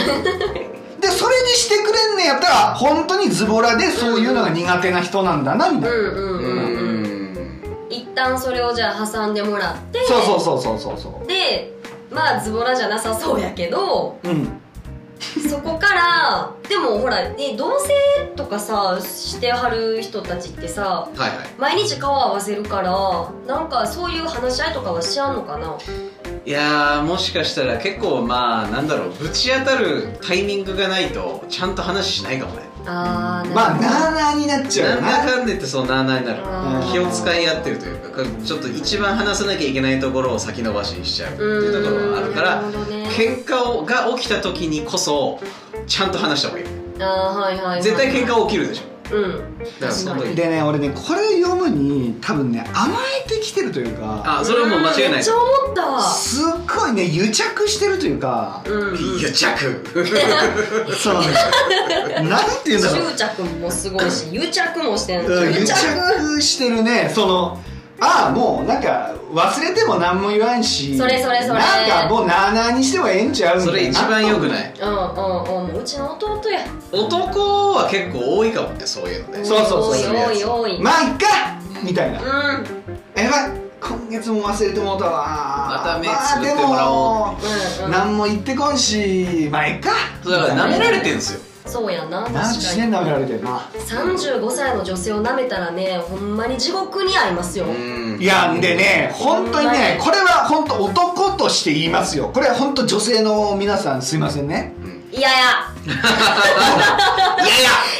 でそれにしてくれんねやったら本当にズボラでそういうのが苦手な人なんだなみた
う
いな、
んう
う
んうんうん、
ん
一旦それをじゃあ挟んでもらって
そうそうそうそうそうそ
でまあズボラじゃなさそうやけど
ううん
そこからでもほら、ね、同棲とかさしてはる人たちってさ
はいはい
毎日顔合わせるからなんかそういう話し合いとかはしあんのかない
やーもしかしたら結構まあなんだろうぶち当たるタイミングがないとちゃんと話しないかもね
あー
まあ
るほど
なあなあになっちゃう
な
よな
んだかんでってそうなあなあになる
あ
ー
気を使い合ってるというかちょっと一番話さなきゃいけないところを先延ばしにしちゃうっていうところがあるか
うー
ら
んなるほどね
喧嘩をが起きた時にこそちゃんと話した方がいい
あーはいはい、はい、
絶対喧嘩起きるでしょ
うん
だからその時
でね俺ねこれ読むに多分ね甘えてきてるというか
あそれはもう間違い
ん
ない
め
で
っち
す
ゃ思った
すっごいね癒着してるという か
うん、 うん、
癒着
そのね なんて言うんだろう
執着もすごいし癒着もしてん
うん癒
癒着
着してるねそのああもうなんか忘れても何も言わんし
それそれそれ
なんかもうなあなあにしてもええんちゃうみ
そ
たい
れ
な
一番良くない
うんうんうんもううちの弟や
男は結構多いかもねそういうのね
そうそうそう
多い多い多い
まあいっかみたいな
うん
えらい今月も忘れてもうたわ
また目つぶってもらおう
まあでも何も言ってこんしまあいっか
そうだから舐められてるんですよ
そうやな確
何
か
して
に
ん舐められてるな
35歳の女性をなめたらねほんまに地獄に遭いますよ、
うん
いやんでね本当にねこれは本当男として言いますよこれは本当女性の皆さんすいませんね
いや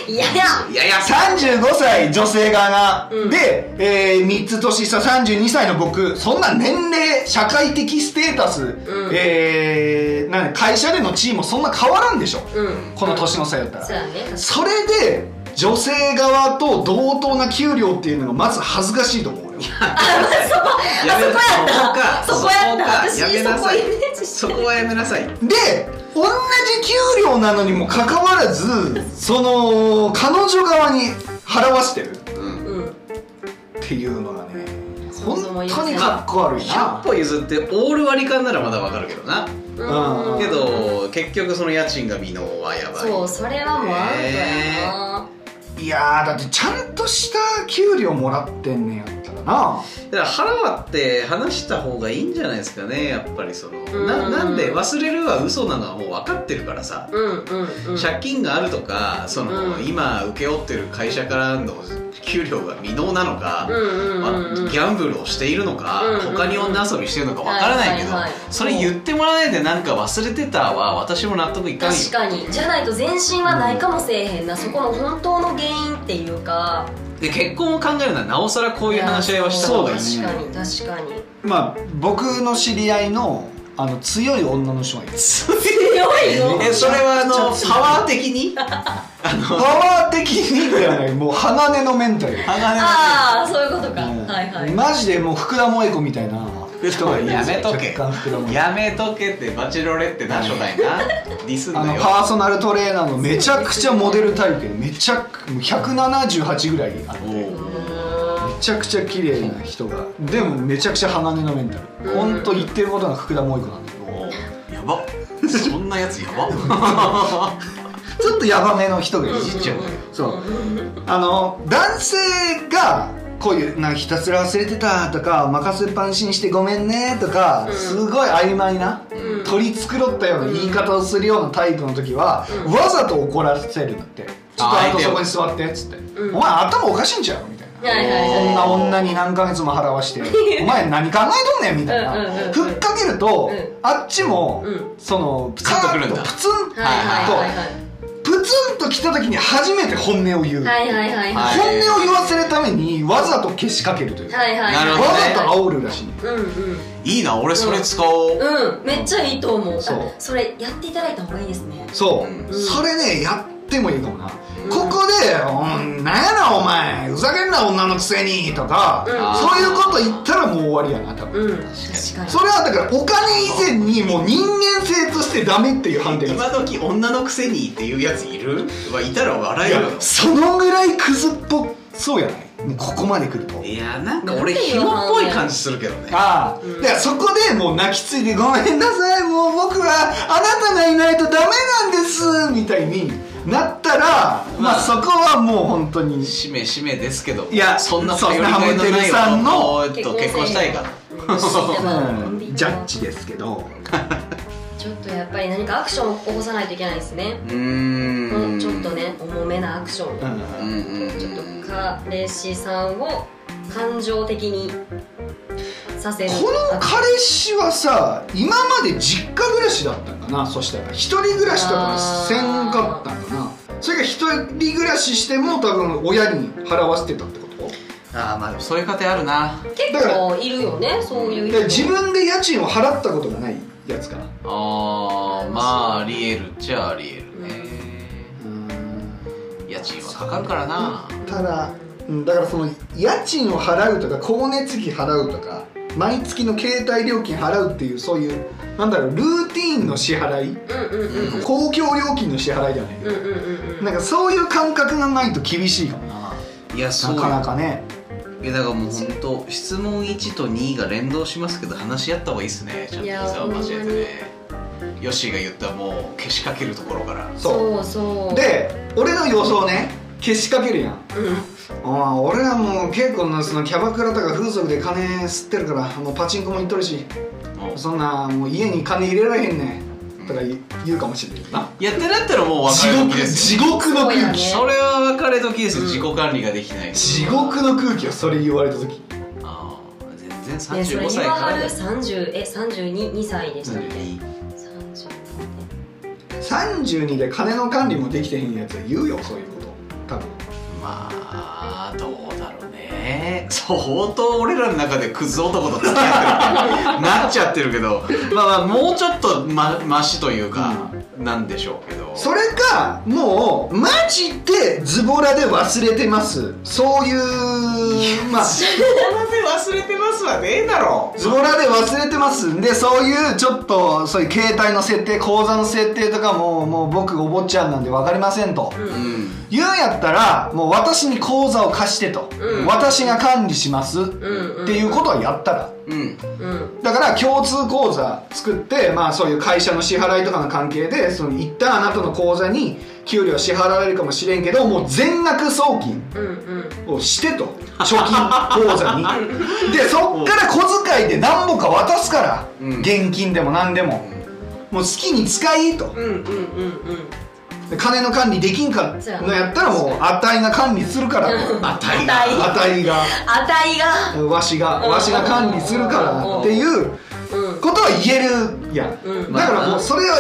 いやいや
いやいやいや
いやいや
35歳女性側が、
うん
で、え3つ年下32歳の僕そんな年齢社会的ステータス、
ん
えーなんで会社での地位もそんな変わらんでしょ、
うん
この年の差やったら、
そうや ね
それで女性側と同等な給料っていうのがまず恥ずかしいと思うよ
やめなさい
あそこやったそこや
そこ
った
か
私
やめなさい
そこイメージして
そこはやめなさい
で同じ給料なのにもかかわらずその彼女側に払わしてるっ
うん
うん
ていうのがね
そも
本
そもいい
当にかっこ悪いな
100歩譲ってオール割り勘ならまだわかるけどな
うん
けど結局その家賃が未納はやばい
そうそれはもうアウトやない
やーだってちゃんとした給料もらってんねやったらな
だから腹割って話した方がいいんじゃないですかねやっぱりそのな
うん
なんで忘れるは嘘なのはもう分かってるからさ、
うんうんうん
借金があるとかその、
うん
今請け負ってる会社からの給料が未納なのか、
うんうんうんうん
あギャンブルをしているのか、
うんうんうん
他に女遊びしてるのかわからないけど、
はいはいはい
それ言ってもらわないでなんか忘れてたは私も納得いかんよ
確かにじゃないと全身はないかもせえへんなそこの本当の原因っていうか
で結婚を考えるならなおさらこういう話し合いはした方がいい
やそう確かに確かに
まあ僕の知り合いのあの強い女の人がいる
強いよ
えそれはあ のパワー的に
パワー的にではないもう鋼のメンタル
ああそういうことか、
うん
はいはい
マジでもう福田萌子みたいな人がいるん
や
ですよ
めとけ
若干福田萌子
やめとけってバチェロレってな初 代なディスん
あ
な
の
よ
パーソナルトレーナーのめちゃくちゃモデルタイプでめちゃくもう178ぐらいあって
おう
う
めちゃくちゃ綺麗な人がでもめちゃくちゃ鋼のメンタル
うん
本当言ってることが福田萌子なんだけど
おうやばそんなやつやば
ちょっとヤバめの人がいる
ん
いじっちゃうね
そう
うん
あの男性がこういうなんかひたすら忘れてたとか任せっぱなしにしてごめんねとか、
うん
すごい曖昧な、
うん
取り繕ったような言い方をするようなタイプの時は、わざと怒らせるんだって「ちょっと
あ
あ
相
と
手を
そこに座って」っつって「
うん
お前頭おかしいんちゃう?」みたいな。
はいはい
こ
はい
んな女に何ヶ月も払わして「お前何考えとんねん」みたいな
うんうんうんうん
ふっかけると、
うん
あっちも、
うん
そのプ
ツンとくるんだ
プツンと、
はいはいはい
プツンと来た時に初めて本音を言う、
はいはいはいはい
は
本音を言わせるためにわざとけしかけるというか、
はいはい
なるほど
わ
ね
ざと煽るらしいね
うん
いいな俺それ使おう
うんうんめっちゃいいと思う
そう
あそれやっていただいた方がいいですね
そう、
うん
それねやってもいいかもな、
ん
ここで「うんなんやなお前ふざけんな女のくせに」とか、
うん
そういうこと言ったらもう終わりやな多分、
うん確かに
それはだからお金以前にもう人間性としてダメっていう判定が
今時女のくせにっていうやついるはいたら
い
笑え
や
るの
そのぐらいクズっぽそうやないもうここまで来ると
いやなんか俺ひもっぽい感じするけどね
ああ、だからそこでもう泣きついて「ごめんなさいもう僕はあなたがいないとダメなんです」みたいになったら、ま
ま
あ
あ
そこはもう本当に
しめしめですけど
いや
そんな
そん
頼
な
りがい
ハ
の
ムテ
な
ル
い
さんの
男と結婚したいから
うんジャッジですけど
ちょっとやっぱり何かアクションを起こさないといけないですね
うー
うんんちょっとね重めなアクション
うんうんうん
ちょっと彼氏さんを感情的にさせる
この彼氏はさ今まで実家暮らしだったんかなそしたら一人暮らしとかはせんかったんかなそれが一人暮らししても多分親に払わせてたってこと
ああまあでもそういう家庭あるな
結構いるよねそういう
だ
人
から自分で家賃を払ったことがないやつかな
あーまあありえるっちゃありえるね家賃はかかるからな
ただうんだからその家賃を払うとか光熱費払うとか毎月の携帯料金払うっていうそういうなんだろうルーティンの支払い
うんうんうん
うん
公共料金の支払いじゃないけ
うん
ど
うんうんうん
なんかそういう感覚がないと厳しいかもない
やそ
な
う
かなかね
いやだからもう本当質問1と2が連動しますけど話し合った方がいいっすねちゃんと
い
膝
や
を交えてねヨッシーが言ったもうけしかけるところから
そ
そうそうう
で俺の予想ね消しかけるやん
うん
ああ俺はもう結構なそのキャバクラとか風俗で金吸ってるからもうパチンコも行っとるし
もう
そんなもう家に金入れられへんねんとか言う言うかもしれないな
やってなったらもう別れ時ですよ
獄
の空気
それは別れ時ですよ、
うん
自己管理ができない
地獄の空気をそれ言われた時
ああ全然
ねそれ
35
に
歳か
はあ
ら
る
だ
30え322歳でしたっけ
32
30
32で金の管理もできてへんやつは言うよそういうこと多分
まあどうだろうね相当俺らの中でクズ男と付き合って るなっちゃってるけどまあまあもうちょっとまマシというか、なんでしょうけど
それかもうマジでズボラで忘れてますそういうまあ
そこまで忘れてますはねえだろ
ズボラで忘れてますんでそういうちょっとそういう携帯の設定口座の設定とかももう僕お坊ちゃんなんで分かりませんと、
うん
ん
言うんやったらもう私に口座を貸してと、
うん
私が管理します、って
うん
いうことはやったら
うん
うん
だから共通口座作ってまあそういう会社の支払いとかの関係でその一旦あなたの口座に給料支払われるかもしれんけどもう全額送金
うんうん
をしてと貯金口座 にでそっから小遣いで何本か渡すから、
うん
現金でも何でも、もう好きに使いと
うんうんうんうん
で金の管理できんか
そうや
のやったらもうあたいが管理する からと
あたい
あたい
あたいが
あたいが
わしが
うん
わしが管理するからっていう
うん
ことは言えるやん
うん
だからもうそれは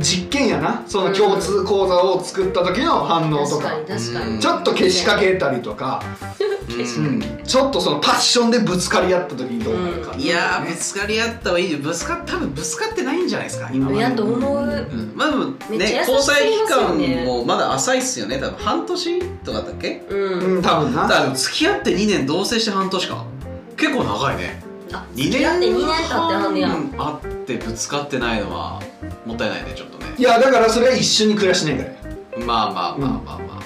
実験やなその共通講座を作った時の反応と
確
か
かに確か
うん
に
ちょっと消しかけたりとか、うんちょっとそのパッションでぶつかり合った時にどうなるか、
うん
いやーぶつかり合ったはいいよぶつか多分ぶつかってないんじゃないですか今
いやと思う
うんまあでも
めっ
ね
ちゃ優し
交際期間
すぎますよね
もまだ浅いっすよね多分半年とかだっけ
うん
うん、多分な
だから付き合って2年同棲して半年か結構長いね
あ
2
付き合って二年経って
半
半や
あってぶつかってないのはもったいないねちょっとね
いやだからそれは一緒に暮らしないからよ
まあまあまあまあまあま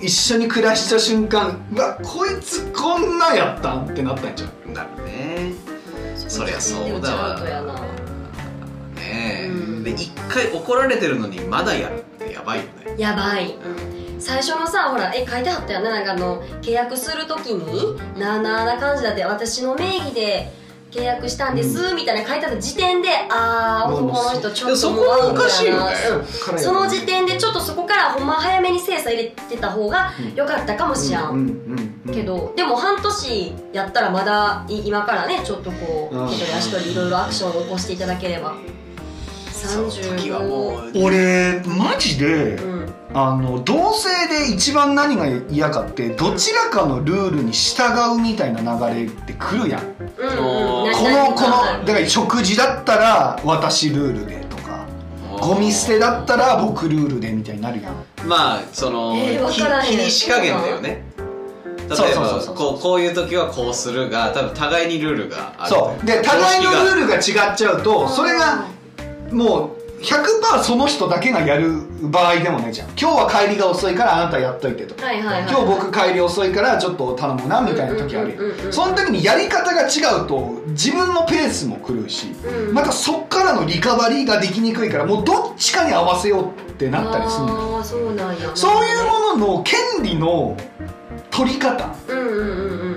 一緒に暮らした瞬間うわこいつこんなんやったんってなったんちゃう
あ、なるねそりゃそうだ
ちゃんとやな
わねえ、
うん
で一回怒られてるのにまだやるってやばいよね
やばい最初のさほらえ書いてあったよねなんかあの契約するときになあなあな感じだって私の名義で契約したんです、みたいな書いてあった時点でああ
もう
男の人ちょっ
そ
と
こ
もう
はおかしいよね
うんその時点でちょっとそこからほんま早めに精査入れてた方が良かったかもしらん、
うんうんうん
けどでも半年やったらまだい今からねちょっとこう
うん
一人や一人いろいろアクションを起こしていただければ
その時はも
35
う
俺マジで
うん
あの同性で一番何が嫌かってどちらかのルールに従うみたいな流れってくるやんこ
うんう
こ
ん
のこ
な
のだから食事だったら私ルールでとかゴミ捨てだったら僕ルールでみたいになるやん
まあその、
えーわ
き
からへん
気にし加減だよね例えば
そうそうそうそう
こうこういう時はこうするが多分互いにルールがある
そうで互いの
ル
ルールが違っちゃうとそれがもう100%その人だけがやる場合でもないじゃん今日は帰りが遅いからあなたやっといてとか
はいはいはい
今日僕帰り遅いからちょっと頼むなみたいな時ある
うんうんうんう
よ
ん
その時にやり方が違うと自分のペースも狂うし
うん
またそっからのリカバリーができにくいからもうどっちかに合わせようってなったりするの
ああそうなんや
そういうものの権利の取り方
うんうんうんうん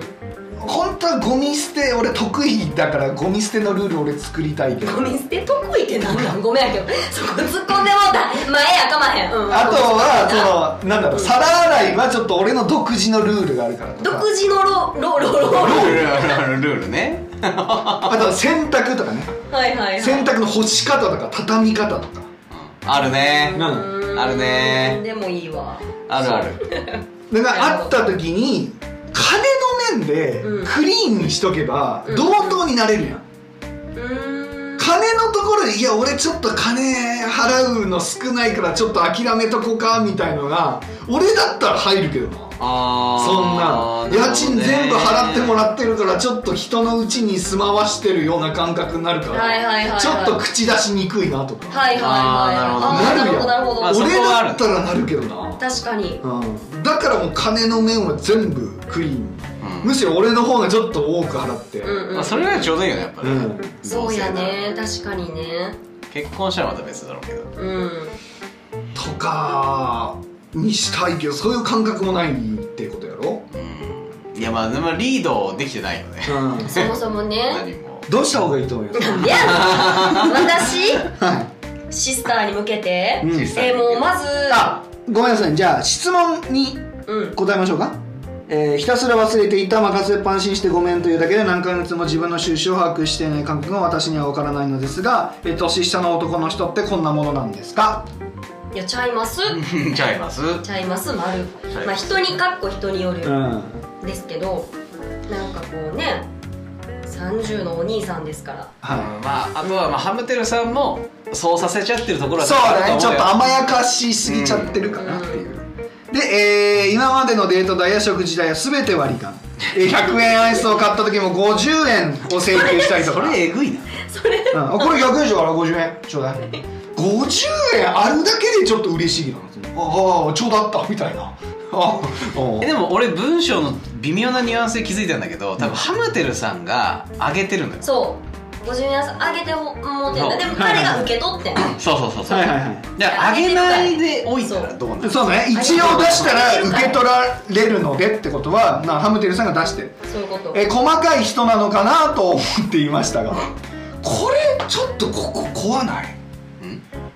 本当はゴミ捨て俺得意だからゴミ捨てのルール俺作りたいけど
ゴミ捨て得意ってなんかごめんやけどそこ突っ込んでもうた前やかまへん、うん、
あとはそのなんだろう皿洗いはちょっと俺の独自のルールがあるからとか
独自のロロロロロ
ールルールね
あとは洗濯とかね
はいはいはい
洗濯の干し方とか畳み方とか
あるね
なの
うーん
あるね
でもいいわ
あるある
だから会った時に金の面で
うん
クリーンにしとけば
うん
同等になれるやん
うーん
金のところでいや俺ちょっと金払うの少ないからちょっと諦めとこかみたいのが俺だったら入るけどなそ
あー
んな家賃全部払っても
なる
らってるからちょっと人のうちに住まわしてるような感覚になるから、
はいはいはいはい
ちょっと口出しにくいなとか、
はいはいはい
あ
あ
ー
ー
な
な
る
る
ほ
ほ
ど
どなるほど、
まあそ
俺
こはある
だったらなるけどな、
確かに
うん、だからもう金の面は全部クリーン
ほどねうん
むしろ俺の方がちょっと多く払って、
うんうん
まあ、それがちょうどいいよねやっぱり、
うん
そうやね確かにね
結婚したらまた別だろうけど
うん
とかにしたいけどそういう感覚もないってことやろ、
うんいやまあでもリードできてないよね
うん、
そもそもね
何も
どうした方がいいと思います
なんでやねん私
はい
シスターに向けて、
うん
えーもうまず
あごめんなさいじゃあ質問に
うん
答えましょうか、えーひたすら忘れていた任せっぱなしにしてごめんというだけで何ヶ月も自分の収支を把握していない感覚が私には分からないのですが、えー年下の男の人ってこんなものなんですか
いやちゃいます
うん ちゃいます
ちゃいます丸
い
まあ人にかっこ人による
ん
ですけどなんかこうね30のお兄さんですから
は
まああとはまあハムテルさんもそうさせちゃってるところ
い
は
そうだねちょっと
あ
甘やかしすぎちゃってるかなっていう、で、えー今までのデート代や食事代は全て割り勘えー100円アイスを買った時も50円を請求したりと
そ
か
れえぐいな
それ
うんあこれ逆でしょあら50円ちょうだい50円あるだけでちょっと嬉しいなああちょうだったみたいなああ
えでも俺文章の微妙なニュアンスで気づいたんだけど多分ハムテルさんが上げてるのよ
そう50円あげてももうてん
そ
だ
う
でも彼が受け取ってんだ
そうそうそうそう、
はいはいはい
じゃあ上げないでおいたら
そう
どうな
で
の
そうだね一応出したら受け取られるのでってことはなハムテルさんが出してる
そういうこと
え細かい人なのかなと思っていましたがこれちょっとここ怖ない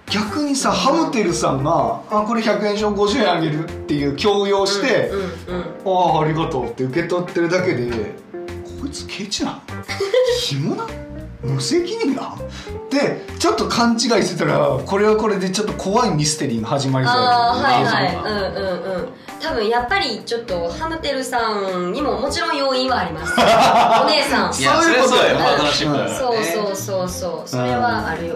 逆にさハムテルさんが「あこれ100円賞50円あげる」っていう強要して、
うんうんうん
ああありがとうって受け取ってるだけでこいつケチな紐な無責任なでちょっと勘違いしてたらこれはこれでちょっと怖いミステリーが始まりそう
あ
だ
あ
けど
はい
な
はいうんうんうん多分やっぱりちょっとハムテルさんにももちろん要因はあ りますお姉さん
いやそ
そうい
れ
うこ
は
と
そうよ
うん
パートナーシップだから
そう
ね
そうそうそうそれはあるよ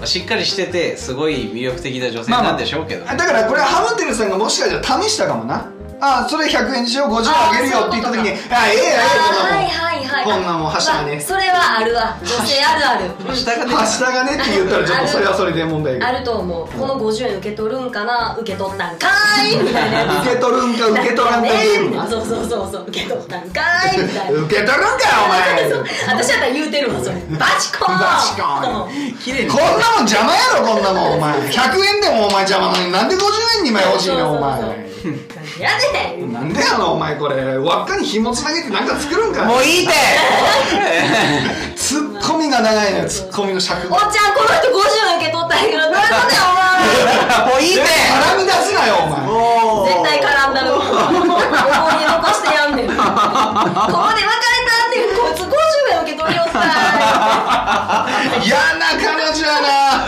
うんしっかりしててすごい魅力的な女性なんでしょうけどね、
あだからこれはハムテルさんがもしかしたら試したかもなああそれ100円にしよう50円あげるよって言った時に
あー
「ああええやえ
あ
え
はい
や
はいはい
こんなもんはしゃがね
まあそれはあるわ女性あるある
下が
こんな
出
もんはした
た
がね」って言ったらちょっとそれはそれで問題
あ
が
ると思うこの50円受け取るんかな受け取ったんかーいみたいなや
受け取るんか
つ
受け取らんかゲームな
そうそうそうそう受け取ったんかーいみたいな
受け取るんかよお前
そう 私だったら言うてるわそれバチコーン
バチコーン
綺麗に
こんなもん邪魔やろこんなもんお前100円でもお前邪魔なのになんで50円に枚欲しいのお前
やでねん
なんでやろお前これ輪っかに紐つなげてなんか作るんか
もういいて
ツッコミが長いのよツッコミの尺
おっ
が
ちゃんこの人50円受け取ったんやけどどういうことや
もういいて
絡み出すなよお前
お前絶対絡んだろ思い残してやんねんここで別れたってこいつ50円受け取りよった
嫌な彼女や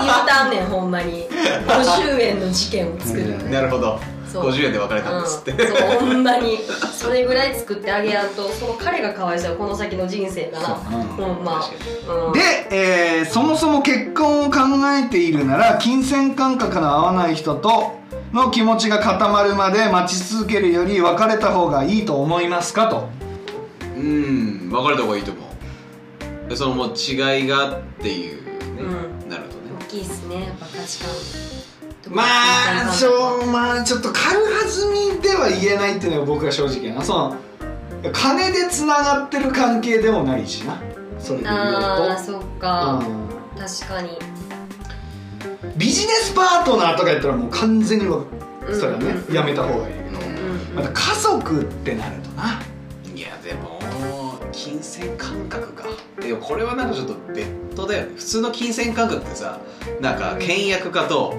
言うたんねんほんまに50円の事件を作る、
な
なるほど
そう
50円で別れたんですって、
うん、そうほんまにそれぐらい作ってあげやんとその彼がかわいそうよこの先の人生だなほんま
確か
うん
で、えーそもそも結婚を考えているなら金銭感覚の合わない人との気持ちが固まるまで待ち続けるより別れた方がいいと思いますかと
うん別れた方がいいと思うでそのもう違いがっていうね、
う
なるとね
大きいっすねやっぱ価値観
まあちょまあちょっと軽はずみでは言えないっていうのが僕は正直やなその金でつながってる関係でもないしなそれで言う
あー
と
そっか、
うん
確かに
ビジネスパートナーとかやったらもう完全に分かる
うん
それはねやめた方がいいけど
うん
また家族ってなるとない
やでも金銭感覚かでもこれはなんかちょっと別途だよね普通の金銭感覚ってさなんか倹約家と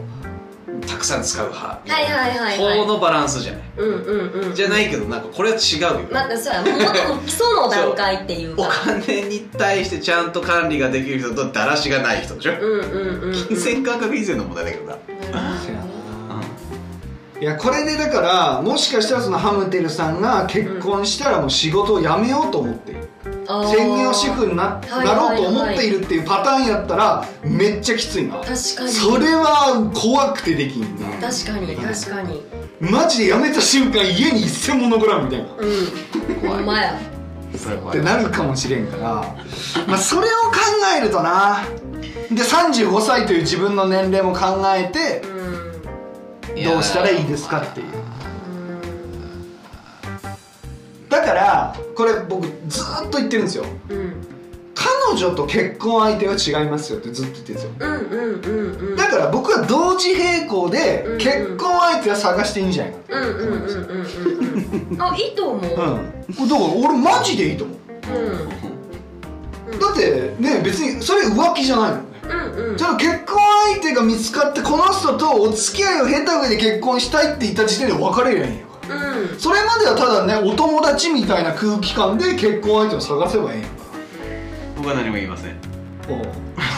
たくさん使う派みたいな
はいはいはいはい
法のバランスじゃない
うんうんうん
じゃないけどなんかこれは違うよ、
まあそうやもっとも基礎の段階っていう
お
か
金に対してちゃんと管理ができる人とだらしがない人でしょ
うんうんうんうん
金銭感覚以前の問題だけどな、
せやないやこれでだからもしかしたらそのハムテルさんが結婚したらもう仕事を辞めようと思っている、
あー
専業主婦にな
はい
なろうと思っているっていうパターンやったらめっちゃきついな
確かに
それは怖くてできんな
確かに確かに
マジでやめた瞬間家に1000モノグラムみたいな
うんほんまや
それ
っ
怖
て
い
なるかもしれんから、まあ、それを考えるとなで35歳という自分の年齢も考えて
うんうん
どうしたらいいですかっていうだからこれ僕ずーっと言ってるんですよ
うん
彼女と結婚相手は違いますよってずっと言ってるんですよ
うんうんうんうん
だから僕は同時並行で
うんうん
結婚相手は探していいんじゃないか
うんうんうんうんうんあいいと思
う
う、
ん、これだから俺マジでいいと思う
うん
だってね別にそれ浮気じゃないもんね
うんうん
じゃあ結婚相手が見つかってこの人とお付き合いを経た上で結婚したいって言った時点で別れりゃいいんやから
うん
それまではただねお友達みたいな空気感で結婚相手を探せばいいんやか
僕は何も言いません
ら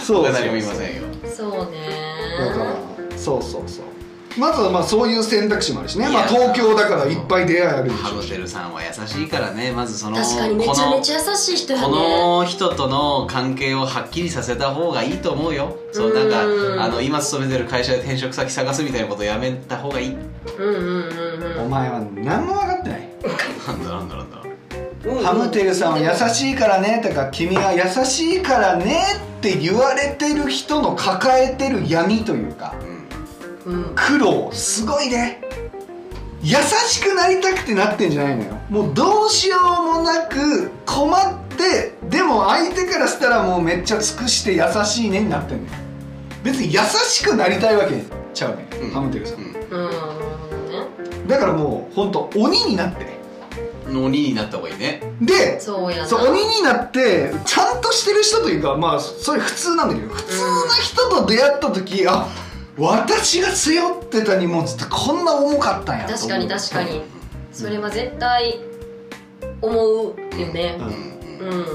そうそ
僕
う
は何も言いませんよ
そうね
だからそうそうそうまずはまあそういう選択肢もあるしね、まあ、
いや
東京だからいっぱい出会いあるでし
ハ
ょ
ロテルさんは優しいからねまずその
確かにめちゃめちゃ優しい人や
こ
ね
の人との関係をはっきりさせた方がいいと思うよそうなん
うん
かあの今勤めてる会社で転職先探すみたいなことやめた方がいい
うんうんうんう
お
ん
前は何も分かってない
なんだなんだなんだ
ハムテルさんは優しいからねとか君は優しいからねって言われてる人の抱えてる闇というか
うん
うん
苦労すごいね優しくなりたくてなってんじゃないのよもうどうしようもなく困ってでも相手からしたらもうめっちゃ尽くして優しいねになってんのよ別に優しくなりたいわけちゃうね、
うん
ハムテルさん
うんなるほどね
だからもう本当鬼になって
うんの鬼になった方がいいね
で
そうやな
そう鬼になってちゃんとしてる人というかまあそれ普通なんだけど普通な人と出会った時、あ私が背負ってた荷物ってこんな重かったんやと思う
確かに確かにそれは絶対思うよね
う
うんん
うん、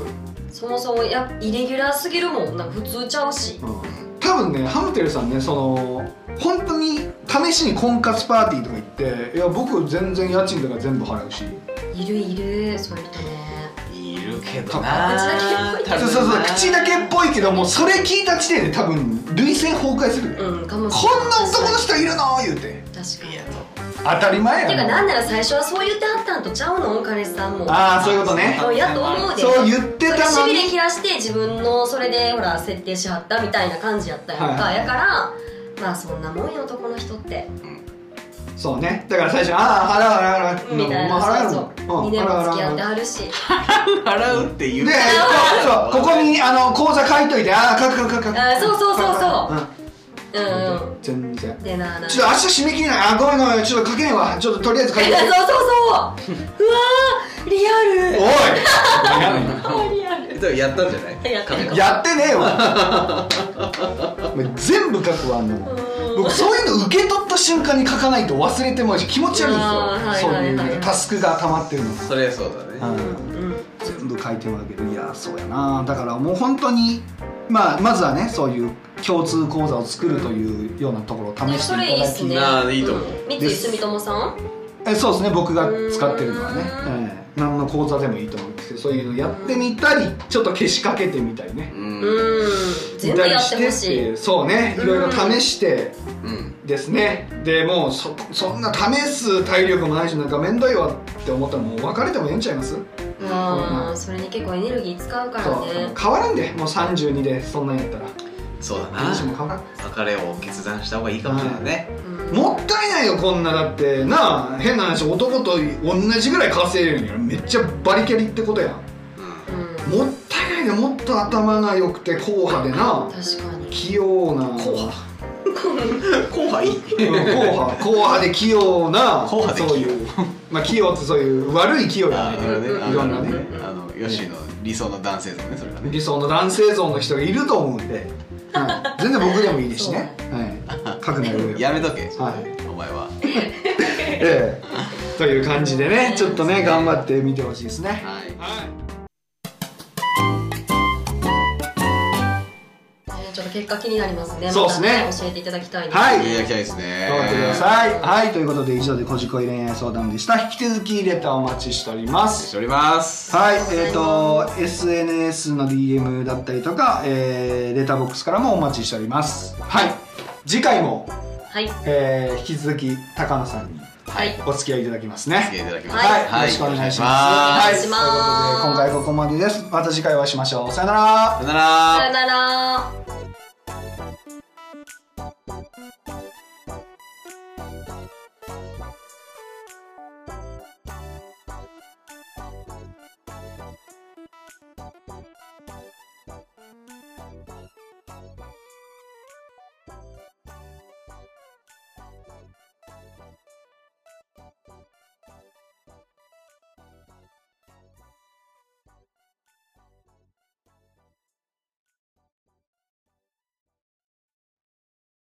そもそもやイレギュラーすぎるもんなんか普通ちゃうし
うん多分ねハムテルさんねその本当に試しに婚活パーティーとか行っていや僕全然家賃とか全部払うし
いるいるそういう人ね
いるけどな
口だけっぽ
多
い
そう
分
そう
な
そう口だけっぽいけどもうそれ聞いた時点で多分類線崩壊するよ、
うんかもし
こんな男の
確
人いるの言うて
か
い
に
や
当たり前や
て
ろ
かなんなら最初はそう言ってはったんとちゃうの彼氏さんも
ああそういうことね
そうやと思うで
そう言ってた
そ
の
れ
に
しびれ切らして自分のそれでほら設定しはったみたいな感じやったやんか、
はいはい
やからまあそんなもんよ男の人って
そうねだから最初「ああ払う払う払う」
みたいな、
もう払う
そうそう
もん
2
ん
年も付き合って
払う払う
はるし
払うって言う
でそうそうここにあの口座書いといてああ書く書く書く
あそうそうそうそううん
ん全然
でななんか
ちょっと明日締め切りないあごめんごめんちょっと書けねえわちょっととりあえず書い
そ
て
うそう そうそううわーリアル
お
あリアル
でもやったんじゃない
やった
いやってねえわお前全部書くわあんなもん僕そういうの受け取った瞬間に書かないと忘れてもうし気持ち悪いんですよ、
あーはい
そういうなん
は
か
いはい
タスクが溜まってるの
それそうだね
が、うん
うん
全部書いてもらうけどいやそうやなだからもう本当にまあまずはねそういう共通講座を作るというようなところを試していただき
それいいっすね
なあいいと思う
三井住友さん
えそうですね僕が使ってるのはね、
うーん
ええ何の講座でもいいと思うんですけどそういうのやってみたりちょっとけしかけてみたりね
う
う
うん
んん全部やってほし
みたり
い
てそうねいろいろ試して
うん
ですねでもうそそんな試す体力もないしなんか面倒いわって思ったらもう別れてもええんちゃいます
あーそれに結構エネルギー使うから
そう
ね
変わらんでもう32でそんなんやったら
そうだ
電
な
子も変わらん
別れを決断した方がいいかもしれないね
うん
もったいないよこんなだってなあ変な話男と同じぐらい稼いでるんやろめっちゃバリキャリってことやん
うん
うん
もったいないでもっと頭が良くて硬派でな
確かに
器用な
硬派後派いい
うん硬派硬派で器用な
硬派で器用
そういうまあ器用ってそういう悪い器用や
あ
ね
ーなるほどね
いろんなね
あのヨッシーの理想の男性像ねそれがね
理想の男性像の人がいると思うんで、はい、全然僕でもいいですしね、はい、書くなよ
やめとけ
はい
お前は
ええという感じでねちょっとね頑張ってみてほしいですね
はい
ちょっと結果気になりますね
そうっすね
また教えていただきたいです
はい
いただきたいですね
頑張ってください、はいということで以上でこじこい恋愛相談でした引き続きレターお待ちしておりま
お待ちし
す
ております
はいえー、と SNS の DM だったりとか、えーレターボックスからもお待ちしておりますはい次回も、
はい
えー引き続き高野さんに
はい
お付き合いいただきます
来て
ね
いただきます
は
よ
い
ろしくお願いし
は
ます
お願いします
はい、ということで今回ここまでですまた次回お会いしましょうさよなら
さよなら
さよなら